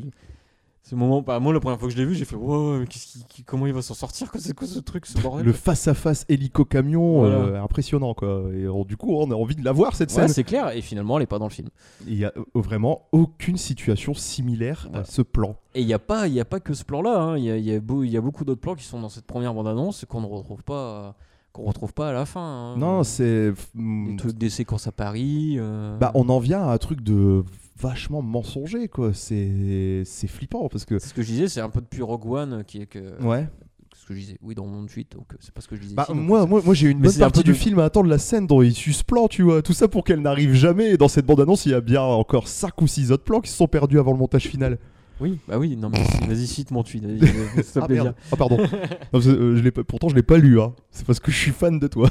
S2: ce moment. bah, moi la première fois que je l'ai vu j'ai fait wow, mais qu'est-ce qui- qui- comment il va s'en sortir quoi, c'est quoi ce truc ce bordel
S1: Le face-à-face hélico-camion,
S2: Voilà.
S1: euh, impressionnant quoi. Et on- du coup, on a envie de la voir cette
S2: Ouais,
S1: scène.
S2: c'est clair et finalement elle est pas dans le film.
S1: Il n'y a euh, vraiment aucune situation similaire à
S2: Voilà.
S1: ce plan.
S2: Et il n'y a, pas- y a pas que ce plan-là. hein. Il y, a, il y a beau- il y a beaucoup d'autres plans qui sont dans cette première bande-annonce qu'on ne retrouve pas, qu'on retrouve pas à la fin. hein.
S1: Non, c'est.
S2: des
S1: mm,
S2: trucs des séquences à Paris. euh,
S1: Bah, on en vient à un truc de vachement mensonger quoi. C'est c'est flippant parce que.
S2: C'est ce que je disais, c'est un peu depuis Rogue One euh, qui est que.
S1: Ouais.
S2: Ce que je disais, oui, dans monde 8, donc euh, c'est pas ce que je disais.
S1: Bah,
S2: ici, donc,
S1: moi,
S2: c'est-
S1: moi, moi j'ai une
S2: Mais
S1: bonne
S2: c'est un
S1: partie
S2: peu
S1: du
S2: de-
S1: film à attendre la scène dont il suce plan, tu vois. Tout ça pour qu'elle n'arrive jamais. Et dans cette bande-annonce, il y a bien encore 5 ou 6 autres plans qui se sont perdus avant le montage final.
S2: Oui, bah oui, non, mais vas-y, vas-y, cite mon tweet. vas-y, vas-y, s'il te
S1: ah,
S2: plaît,
S1: merde. Ah, pardon. Non, parce que, euh, je l'ai pas- pourtant, je l'ai pas lu. Hein. C'est parce que je suis fan de toi.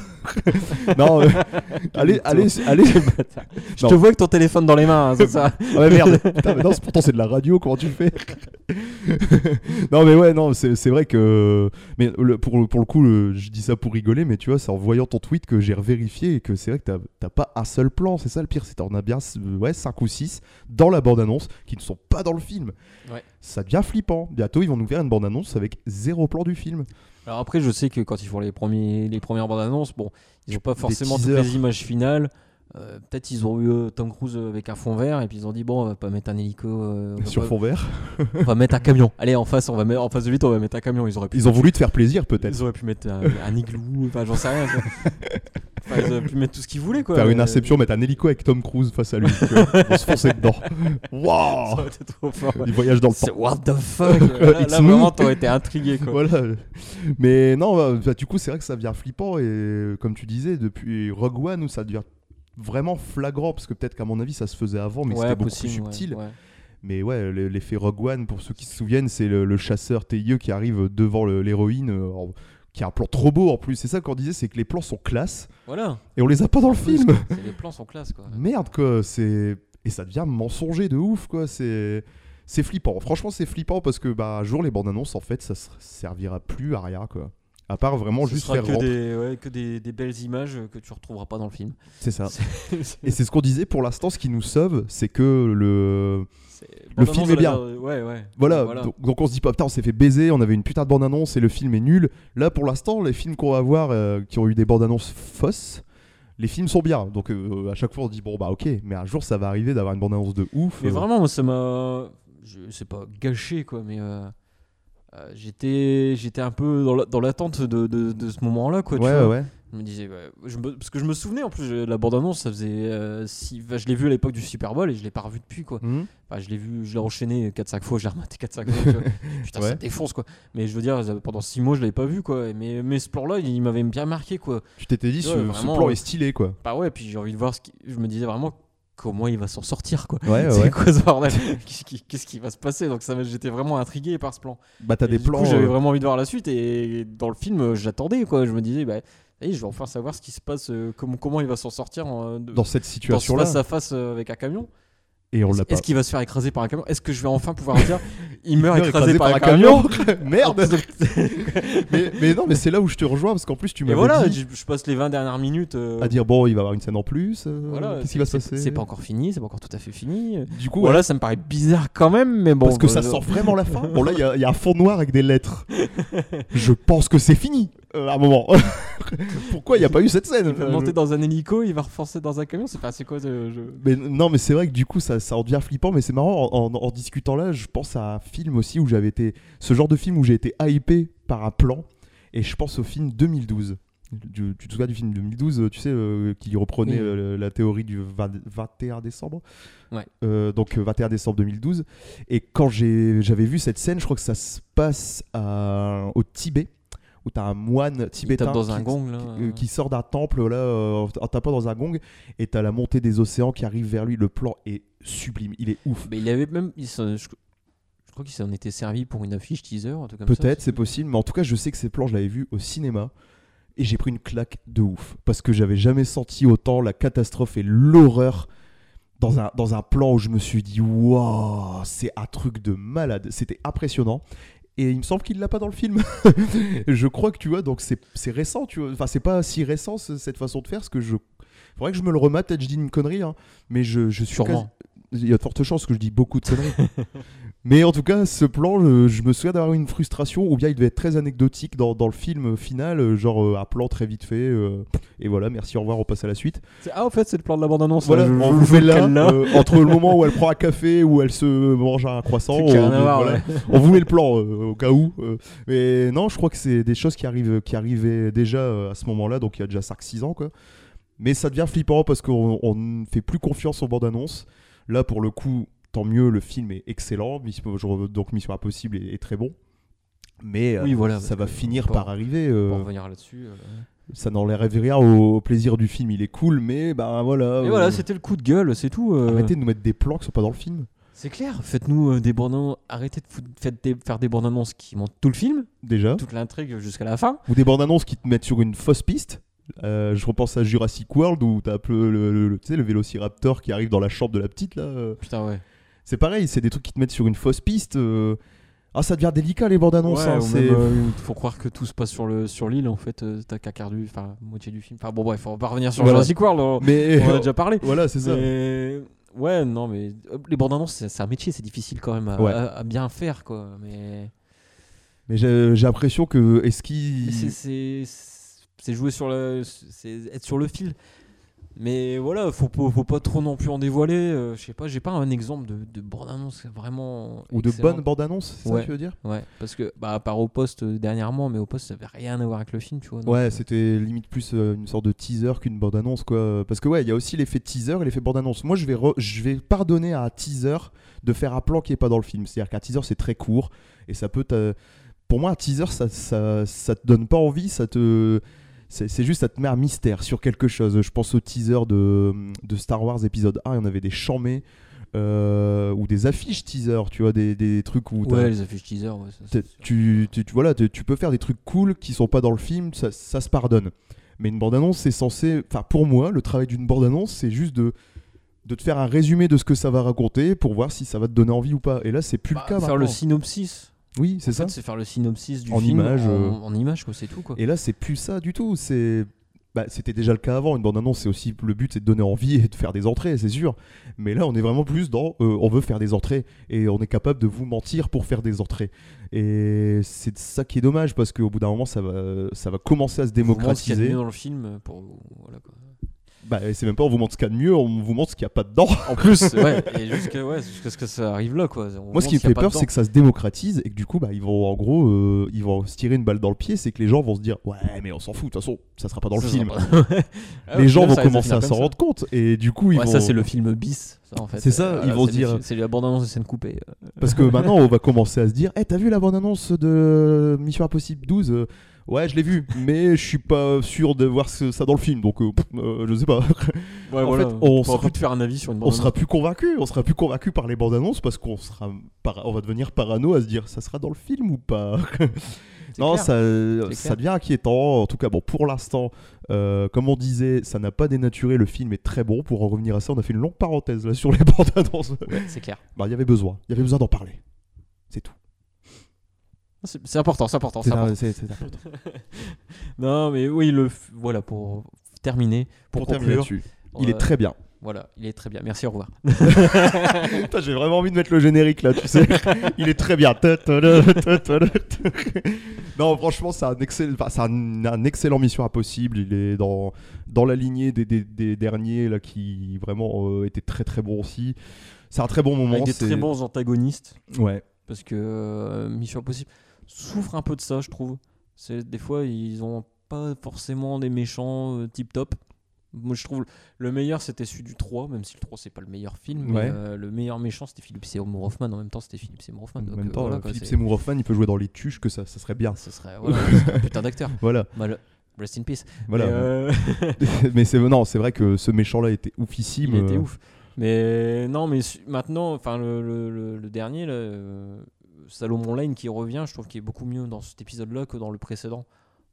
S1: non, euh, allez, allez, allez.
S2: viens. Je te vois avec ton téléphone dans les mains, hein, c'est ça
S1: Ah ouais, merde. Putain, mais non, c'est- pourtant, c'est de la radio. Comment tu le fais Non, mais ouais, non, c'est c'est vrai que. Mais le- pour, pour le coup, le- je dis ça pour rigoler, mais tu vois, c'est en voyant ton tweet que j'ai revérifié et que c'est vrai que t'as- t'as pas un seul plan. C'est ça le pire, c'est qu'on a bien euh, ouais, 5 ou 6 dans la bande-annonce qui ne sont pas dans le film.
S2: Ouais.
S1: Ça devient flippant. Bientôt, ils vont nous faire une bande-annonce avec zéro plan du film.
S2: Alors après, je sais que quand ils font les, premiers, les premières bandes annonces, bon, ils n'ont pas forcément toutes
S1: teasers.
S2: les images finales. Euh, Peut-être ils ont eu euh, Tom Cruise avec un fond vert et puis ils ont dit bon on va pas mettre un hélico euh, on va
S1: sur
S2: pas-
S1: fond vert.
S2: on va mettre un camion allez en face on va mettre en face de lui on va mettre un camion ils auraient pu
S1: Ils ont voulu te faire plaisir peut-être.
S2: ils auraient pu mettre un, un igloo enfin j'en sais rien tu vois. Enfin, ils auraient pu mettre tout ce qu'ils voulaient quoi Euh,
S1: Faire une
S2: Mais-
S1: inception, mettre un hélico avec Tom Cruise face à lui. tu vois. On se fonçait dedans.
S2: ça
S1: Waouh
S2: aurait été trop fort ouais.
S1: Il voyage dans le temps.
S2: C'est what the fuck euh, là,
S1: It's
S2: là,
S1: me.
S2: vraiment t'aurais été intrigué quoi
S1: Voilà. Mais non, bah, bah, du coup, c'est vrai que ça devient flippant. Et euh, comme tu disais, depuis Rogue One, où ça devient vraiment flagrant, parce que peut-être qu'à mon avis, ça se faisait avant, mais
S2: ouais
S1: c'était beaucoup
S2: possible
S1: plus
S2: ouais,
S1: subtil.
S2: ouais.
S1: Mais ouais, le- l'effet Rogue One, pour ceux qui se souviennent, c'est le, le chasseur TIE qui arrive devant le- l'héroïne, euh, en- qui a un plan trop beau en plus. C'est ça qu'on disait, c'est que les plans sont classe,
S2: voilà
S1: et on les a pas dans le
S2: Oui,
S1: film.
S2: parce que les plans sont classe quoi
S1: Merde quoi, c'est et ça devient mensonger de ouf quoi, c'est c'est flippant. Franchement, c'est flippant parce que bah un jour les bandes annonces en fait, ça se- servira plus à rien quoi. À part vraiment
S2: Ce
S1: juste
S2: sera
S1: faire
S2: que
S1: rentrer.
S2: des, ouais, que des, des belles images que tu retrouveras pas dans le film.
S1: C'est ça.
S2: C'est-
S1: Et c'est ce qu'on disait pour l'instant, ce qui nous sauve, c'est que le.
S2: c'est- bande-annonce
S1: film
S2: de
S1: est
S2: la-
S1: bien.
S2: Ouais, ouais.
S1: Voilà, Donc, donc on se dit pas, putain, on s'est fait baiser, on avait une putain de bande annonce et le film est nul. Là, pour l'instant, les films qu'on va voir euh, qui ont eu des bandes annonces fausses, les films sont bien. Donc euh, à chaque fois, on se dit, bon bah ok, mais un jour, ça va arriver d'avoir une bande annonce de ouf.
S2: Mais
S1: euh,
S2: vraiment, moi, ça m'a. Je sais pas, gâché quoi, mais. euh, euh, J'étais, j'étais un peu dans la- dans l'attente de, de, de ce moment-là. Quoi, tu
S1: ouais,
S2: vois.
S1: ouais.
S2: Je me disais, ouais, je me- parce que je me souvenais en plus, je- la bande-annonce, ça faisait. euh, si, enfin, je l'ai vu à l'époque du Super Bowl et je l'ai pas revu depuis. Quoi.
S1: Mhm.
S2: Enfin, je l'ai vu, je l'ai enchaîné 4-5 fois, je l'ai rematé 4-5 fois. tu vois. Putain,
S1: Ouais.
S2: ça défonce quoi. Mais je veux dire, pendant 6 mois, je l'avais pas vu quoi. Mais, mais ce plan-là, il m'avait bien marqué quoi.
S1: Tu t'étais dit,
S2: Ouais,
S1: ce, ce
S2: vraiment,
S1: plan
S2: ouais.
S1: est stylé, quoi.
S2: Bah ouais, puis j'ai envie de voir ce qui. Je me disais vraiment comment il va s'en sortir quoi.
S1: Ouais,
S2: C'est
S1: ouais.
S2: quoi ce bordel Qu'est-ce qui- Qu'est-ce qui va se passer Donc ça, m'a- j'étais vraiment intrigué par ce plan.
S1: Bah, t'as
S2: Et
S1: des
S2: du
S1: plans.
S2: coup, j'avais
S1: euh,
S2: vraiment envie de voir la suite et dans le film, euh, j'attendais quoi. Je me disais, bah, ça y est, je vais enfin savoir ce qui se passe, euh, comment, comment il va s'en sortir en, euh, de-
S1: Dans cette
S2: dans ce
S1: situation-là,
S2: face à face euh, avec un camion.
S1: et on l'a pas.
S2: Est-ce qu'il va se faire écraser par un camion Est-ce que je vais enfin pouvoir dire, il meurt
S1: Merde,
S2: écrasé, par, un camion,
S1: Merde mais, mais non, mais c'est là où je te rejoins, parce qu'en plus, tu
S2: Et
S1: m'avais
S2: voilà,
S1: dit
S2: je, je passe les 20 dernières minutes. euh,
S1: à dire, bon, il va avoir une scène en plus, euh,
S2: voilà,
S1: qu'est-ce
S2: c'est-
S1: qui va se
S2: c'est-
S1: passer
S2: C'est pas encore fini, c'est pas encore tout à fait fini.
S1: Du coup,
S2: Voilà, ça me paraît bizarre quand même, mais bon.
S1: parce que
S2: bah,
S1: ça
S2: je-
S1: sent vraiment la fin. Bon, là, il y a- il y, a un fond noir avec des lettres. je pense que c'est fini, euh, à un moment. Pourquoi il n'y a pas eu cette scène
S2: Il va monter dans un hélico, il va reforcer dans un camion, c'est pas c'est quoi ce jeu
S1: Mais non, mais c'est vrai que du coup, ça, ça en devient flippant. Mais c'est marrant, en, en- en discutant là, je pense à un film aussi où j'avais été. Ce genre de film où j'ai été hypé par un plan. Et je pense au film 2012. Du- tu te souviens du film 2012, euh, tu sais, euh, qui reprenait
S2: Oui.
S1: euh, la théorie du 20 21 décembre
S2: Ouais.
S1: Euh, donc euh, 21 décembre 2012. Et quand j'ai- j'avais vu cette scène, je crois que ça se passe à- au Tibet, où t'as un moine
S2: Il
S1: tibétain
S2: tape dans un
S1: qui-
S2: gong là.
S1: euh, qui sort d'un temple là, euh, en tapant dans un gong et t'as la montée des océans qui arrive vers lui. Le plan est sublime, il est ouf.
S2: Mais il avait même. il s'en- je... je crois qu'il s'en était servi pour une affiche teaser, un truc comme ça.
S1: Peut-être, c'est possible, mais en tout cas, je sais que ces plans, je l'avais vu au cinéma et j'ai pris une claque de ouf parce que j'avais jamais senti autant la catastrophe et l'horreur dans un, dans un plan où je me suis dit waouh, c'est un truc de malade, c'était impressionnant. Et il me semble qu'il l'a pas dans le film. je crois que tu vois, donc c'est c'est récent, tu vois. Enfin, c'est pas si récent ce- cette façon de faire, parce que je. Faudrait que je me le remate, peut-être je dis une connerie, hein, mais je, je suis
S2: Sûrement.
S1: il y a de fortes chances que je dis beaucoup de conneries. Mais en tout cas, ce plan, je, je me souviens d'avoir eu une frustration, ou bien il devait être très anecdotique dans, dans le film final, euh, genre euh, un plan très vite fait, euh, et voilà, merci, au revoir, on passe à la suite.
S2: C'est- Ah, en fait, c'est le plan de la bande-annonce.
S1: Voilà,
S2: là, je-
S1: on vous
S2: je- je
S1: met
S2: le
S1: là,
S2: cale là.
S1: euh, entre le moment où elle prend un café, où elle se mange un croissant,
S2: Truc qui a
S1: on,
S2: rien à voir,
S1: voilà,
S2: ouais.
S1: on vous met le plan euh, au cas où. euh. mais non, je crois que c'est des choses qui, arrivent, qui arrivaient déjà euh, à ce moment-là, donc il y a déjà 5-6 ans. Quoi. Mais ça devient flippant parce qu'on on ne fait plus confiance aux bandes annonces. Là, pour le coup, tant mieux, le film est excellent, Mission- je- donc Mission Impossible est, est très bon. Mais euh,
S2: Oui, voilà,
S1: ça
S2: parce
S1: va
S2: que
S1: finir
S2: pour-
S1: par arriver. euh,
S2: Pour revenir là-dessus. euh.
S1: ça n'enlève rien au, au plaisir du film. Il est cool, mais bah voilà.
S2: Et
S1: euh,
S2: voilà, c'était le coup de gueule, c'est tout. euh.
S1: Arrêtez de nous mettre des plans qui sont pas dans le film.
S2: C'est clair, faites-nous euh, des bandes Arrêtez de foutre- faites des- faire des bandes annonces qui montent tout le film,
S1: Déjà.
S2: toute l'intrigue jusqu'à la fin.
S1: Ou des bandes annonces qui te mettent sur une fausse piste. Euh, je repense à Jurassic World où t'as un peu le, le, le- tu sais, le vélociraptor qui arrive dans la chambre de la petite là. euh.
S2: Putain, ouais.
S1: C'est pareil, c'est des trucs qui te mettent sur une fausse piste. euh. Ah, ça devient délicat les bandes annonces.
S2: Ouais,
S1: hein,
S2: ou
S1: c'est-
S2: même, euh, faut croire que tout se passe sur le sur l'île en fait. euh, T'as qu'à quart du, enfin moitié du film. Enfin bon bref, on va pas revenir sur
S1: Voilà.
S2: Jurassic World. On,
S1: Mais
S2: on en a déjà parlé.
S1: voilà, c'est ça.
S2: Mais- Ouais, non mais euh, les bandes annonces c'est c'est un métier, c'est difficile quand même à,
S1: Ouais.
S2: à- à bien faire quoi. Mais
S1: Mais j'ai j'ai l'impression que est-ce
S2: mais
S1: qu'il
S2: c'est- c'est c'est jouer sur le, c'est être sur le fil. Mais voilà, faut pas, faut pas trop non plus en dévoiler. euh, je sais pas, j'ai pas un exemple de, de bande-annonce vraiment.
S1: Ou de
S2: excellente.
S1: bonnes bandes annonces, c'est ça
S2: Ouais.
S1: que tu veux dire
S2: Ouais, parce que, bah, à part au poste euh, dernièrement, mais au poste, ça avait rien à voir avec le film, tu vois. donc,
S1: Ouais,
S2: euh,
S1: c'était limite plus euh, une sorte de teaser qu'une bande annonce quoi. Parce que ouais, il y a aussi l'effet teaser et l'effet bande annonce. Moi, je vais re- je vais pardonner à un teaser de faire un plan qui est pas dans le film. C'est-à-dire qu'un teaser c'est très court et ça peut t'a- pour moi un teaser ça ça ça te donne pas envie, ça te c'est c'est juste, ça te met un mystère sur quelque chose. Je pense au teaser de, de Star Wars épisode 1, il y en avait des chamés euh, ou des affiches teaser, tu vois, des, des trucs où t'as-
S2: Ouais, les affiches teaser, ouais, ça,
S1: T'as-
S2: c'est sûr.
S1: tu, tu, tu- voilà, tu, tu peux faire des trucs cool qui sont pas dans le film, ça, ça se pardonne. Mais une bande-annonce, c'est censé. Enfin, pour moi, le travail d'une bande-annonce, c'est juste de, de te faire un résumé de ce que ça va raconter pour voir si ça va te donner envie ou pas. Et là, c'est plus
S2: Bah,
S1: le cas.
S2: faire le
S1: maintenant.
S2: synopsis.
S1: Oui, c'est
S2: En
S1: ça.
S2: fait, c'est faire le synopsis du
S1: En
S2: film
S1: images,
S2: en,
S1: euh.
S2: en images, quoi, c'est tout, quoi.
S1: Et là, c'est plus ça du tout. C'est. Bah, c'était déjà le cas avant. Une bande-annonce, c'est aussi le but, c'est de donner envie et de faire des entrées, c'est sûr. Mais là, on est vraiment plus dans, euh, on veut faire des entrées et on est capable de vous mentir pour faire des entrées. Et c'est ça qui est dommage parce qu'au bout d'un moment, ça va, ça va commencer à se
S2: Vous montre ce qu'il y a de
S1: démocratiser.
S2: mieux dans le film euh, pour. Voilà, quoi.
S1: Bah, et c'est même pas on vous montre ce qu'il y a de mieux, on vous montre ce qu'il n'y a pas dedans.
S2: En plus, ouais, et jusqu'à ouais, jusqu'à ce que ça arrive là, quoi.
S1: Moi, ce qui me fait peur, c'est que ça se démocratise et que du coup, bah, ils vont en gros, euh, ils vont se tirer une balle dans le pied, c'est que les gens vont se dire, ouais, mais on s'en fout, de toute façon, ça sera pas dans le film.
S2: Ah,
S1: les gens vont commencer à s'en rendre compte et du coup ils
S2: Ouais,
S1: vont
S2: ça c'est le film bis, ça, en fait.
S1: C'est ça,
S2: Euh,
S1: ils
S2: voilà,
S1: vont
S2: c'est
S1: se
S2: le
S1: dire-
S2: fi- C'est l'abondance de scènes coupées. euh.
S1: parce que maintenant on va commencer à se dire Eh t'as vu la bande annonce de Mission Impossible 12 Euh, ouais je l'ai vu mais je suis pas sûr de voir ce- ça dans le film donc euh, pff, euh, je sais pas
S2: Ouais,
S1: En
S2: voilà,
S1: fait, on
S2: pourra
S1: sera-
S2: plus te faire un avis sur une
S1: on
S2: bande.
S1: sera plus convaincu on sera plus convaincu par les bandes annonces parce qu'on sera para- on va devenir parano à se dire ça sera dans le film ou pas non,
S2: clair.
S1: ça,
S2: C'est
S1: ça
S2: clair.
S1: devient inquiétant. En tout cas, bon, pour l'instant, euh, comme on disait, ça n'a pas dénaturé. Le film est très bon. Pour en revenir à ça, on a fait une longue parenthèse là sur les bandes annonces.
S2: Ouais, c'est clair.
S1: Bah, il y avait besoin. Il y avait besoin d'en parler. C'est tout.
S2: C'est c'est important, c'est important, c'est important. Non, mais oui, le f- voilà pour terminer, pour,
S1: Pour terminer
S2: conclure.
S1: là-dessus, il
S2: euh,
S1: est très bien.
S2: Voilà, il est très bien. Merci, au revoir.
S1: Putain, j'ai vraiment envie de mettre le générique là, tu sais. il est très bien. Ta, ta, ta, ta, ta, ta, ta. non, franchement, c'est un, excell- enfin, c'est un, un excellent Mission Impossible. Il est dans, dans la lignée des, des- des derniers là, qui vraiment euh, étaient très très bons aussi. C'est un très bon moment.
S2: Avec des
S1: c'est-
S2: très bons antagonistes.
S1: Ouais.
S2: parce que euh, Mission Impossible souffre un peu de ça, je trouve. C'est des fois ils ont pas forcément des méchants euh, tip top. Moi je trouve le meilleur c'était celui du 3, même si le 3 c'est pas le meilleur film, mais
S1: Ouais.
S2: euh, le meilleur méchant c'était Philippe Seymour Hoffman. En même temps c'était Philippe Seymour Hoffman.
S1: En
S2: donc,
S1: même
S2: euh,
S1: temps,
S2: voilà,
S1: euh,
S2: quoi,
S1: Philippe
S2: c'est-
S1: Seymour Hoffman, il peut jouer dans les tuches que ça, ça serait bien.
S2: Ce serait voilà, c'est un putain d'acteur.
S1: Voilà,
S2: Mal- Rest in peace.
S1: voilà.
S2: Mais, euh,
S1: Mais c'est non, c'est vrai que ce méchant-là était oufissime.
S2: il était
S1: euh,
S2: ouf. Mais non, mais su- maintenant, enfin le, le- le- le dernier, là, euh, Salomon Lane qui revient, je trouve qu'il est beaucoup mieux dans cet épisode-là que dans le précédent,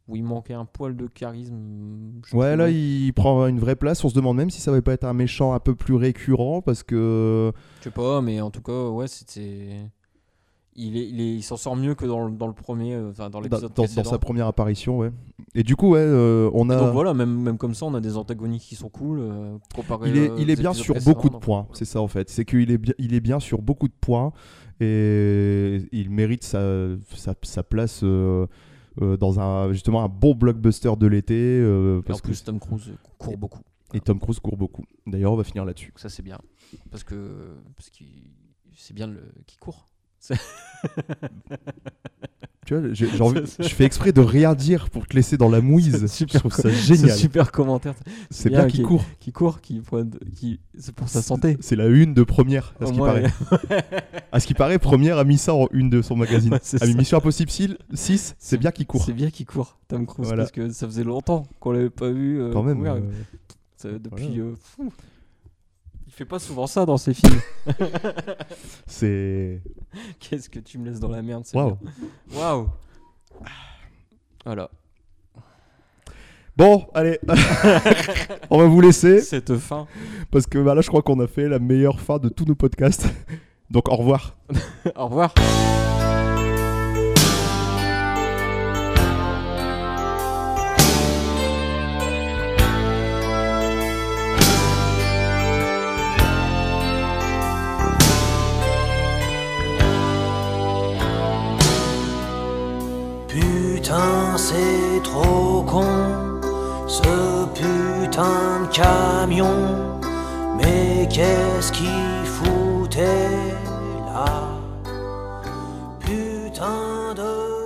S2: où il manquait un poil de charisme. je
S1: Ouais,
S2: trouve.
S1: là, il prend une vraie place. On se demande même si ça va pas être un méchant un peu plus récurrent parce que.
S2: Je sais pas, mais en tout cas, ouais, c'était. Il est, il est- il s'en sort mieux que dans, le- dans le premier, euh, enfin
S1: Dans,
S2: dans l'épisode
S1: dans- dans
S2: précédent.
S1: sa première apparition, ouais. Et du coup, ouais, euh, on a.
S2: Donc voilà, même, même comme ça, on a des antagonistes qui sont cool. euh, comparé
S1: il est,
S2: aux
S1: il est bien
S2: épisodes
S1: sur
S2: précédents,
S1: beaucoup de
S2: donc,
S1: points,
S2: voilà.
S1: c'est ça en fait. C'est qu'il est bien, il est bien sur beaucoup de points et il mérite sa, sa, sa place euh, euh, dans un justement un bon blockbuster de l'été euh,
S2: Et En
S1: parce que
S2: plus, Tom Cruise court beaucoup.
S1: et Tom Cruise court beaucoup. D'ailleurs, on va finir là-dessus.
S2: Donc ça c'est bien. Parce que parce qu'il c'est bien le qui court.
S1: Tu vois, j'ai, j'ai envie- je fais exprès de rien dire pour te laisser dans la mouise. je
S2: C'est super
S1: trouve ça
S2: Ce
S1: génial.
S2: super commentaire.
S1: C'est
S2: bien,
S1: bien qu'il
S2: ok.
S1: court.
S2: Qui court, qui pointe- qui c'est pour sa santé.
S1: C'est la une de première, à
S2: Au
S1: ce qui
S2: moins,
S1: paraît. À ce qui paraît, première a mis ça en une de son magazine.
S2: Ouais, c'est
S1: a mis
S2: ça.
S1: Mission Impossible 6, c'est bien qu'il court.
S2: C'est bien qu'il court, Tom Cruise,
S1: Voilà.
S2: parce que ça faisait longtemps qu'on l'avait pas vu. euh,
S1: Quand même.
S2: courir.
S1: euh,
S2: Ça- depuis.
S1: voilà.
S2: euh, fou. Il fait pas souvent ça dans ses films.
S1: C'est.
S2: Qu'est-ce que tu me laisses dans la merde, c'est
S1: Waouh.
S2: bien. Waouh. Voilà.
S1: Bon, allez, on va vous laisser
S2: Cette fin.
S1: parce que bah, là, je crois qu'on a fait la meilleure fin de tous nos podcasts. Donc, au revoir.
S2: Au revoir.
S3: Putain, c'est trop con, ce putain. est un camion, mais qu'est-ce qu'il foutait là Putain de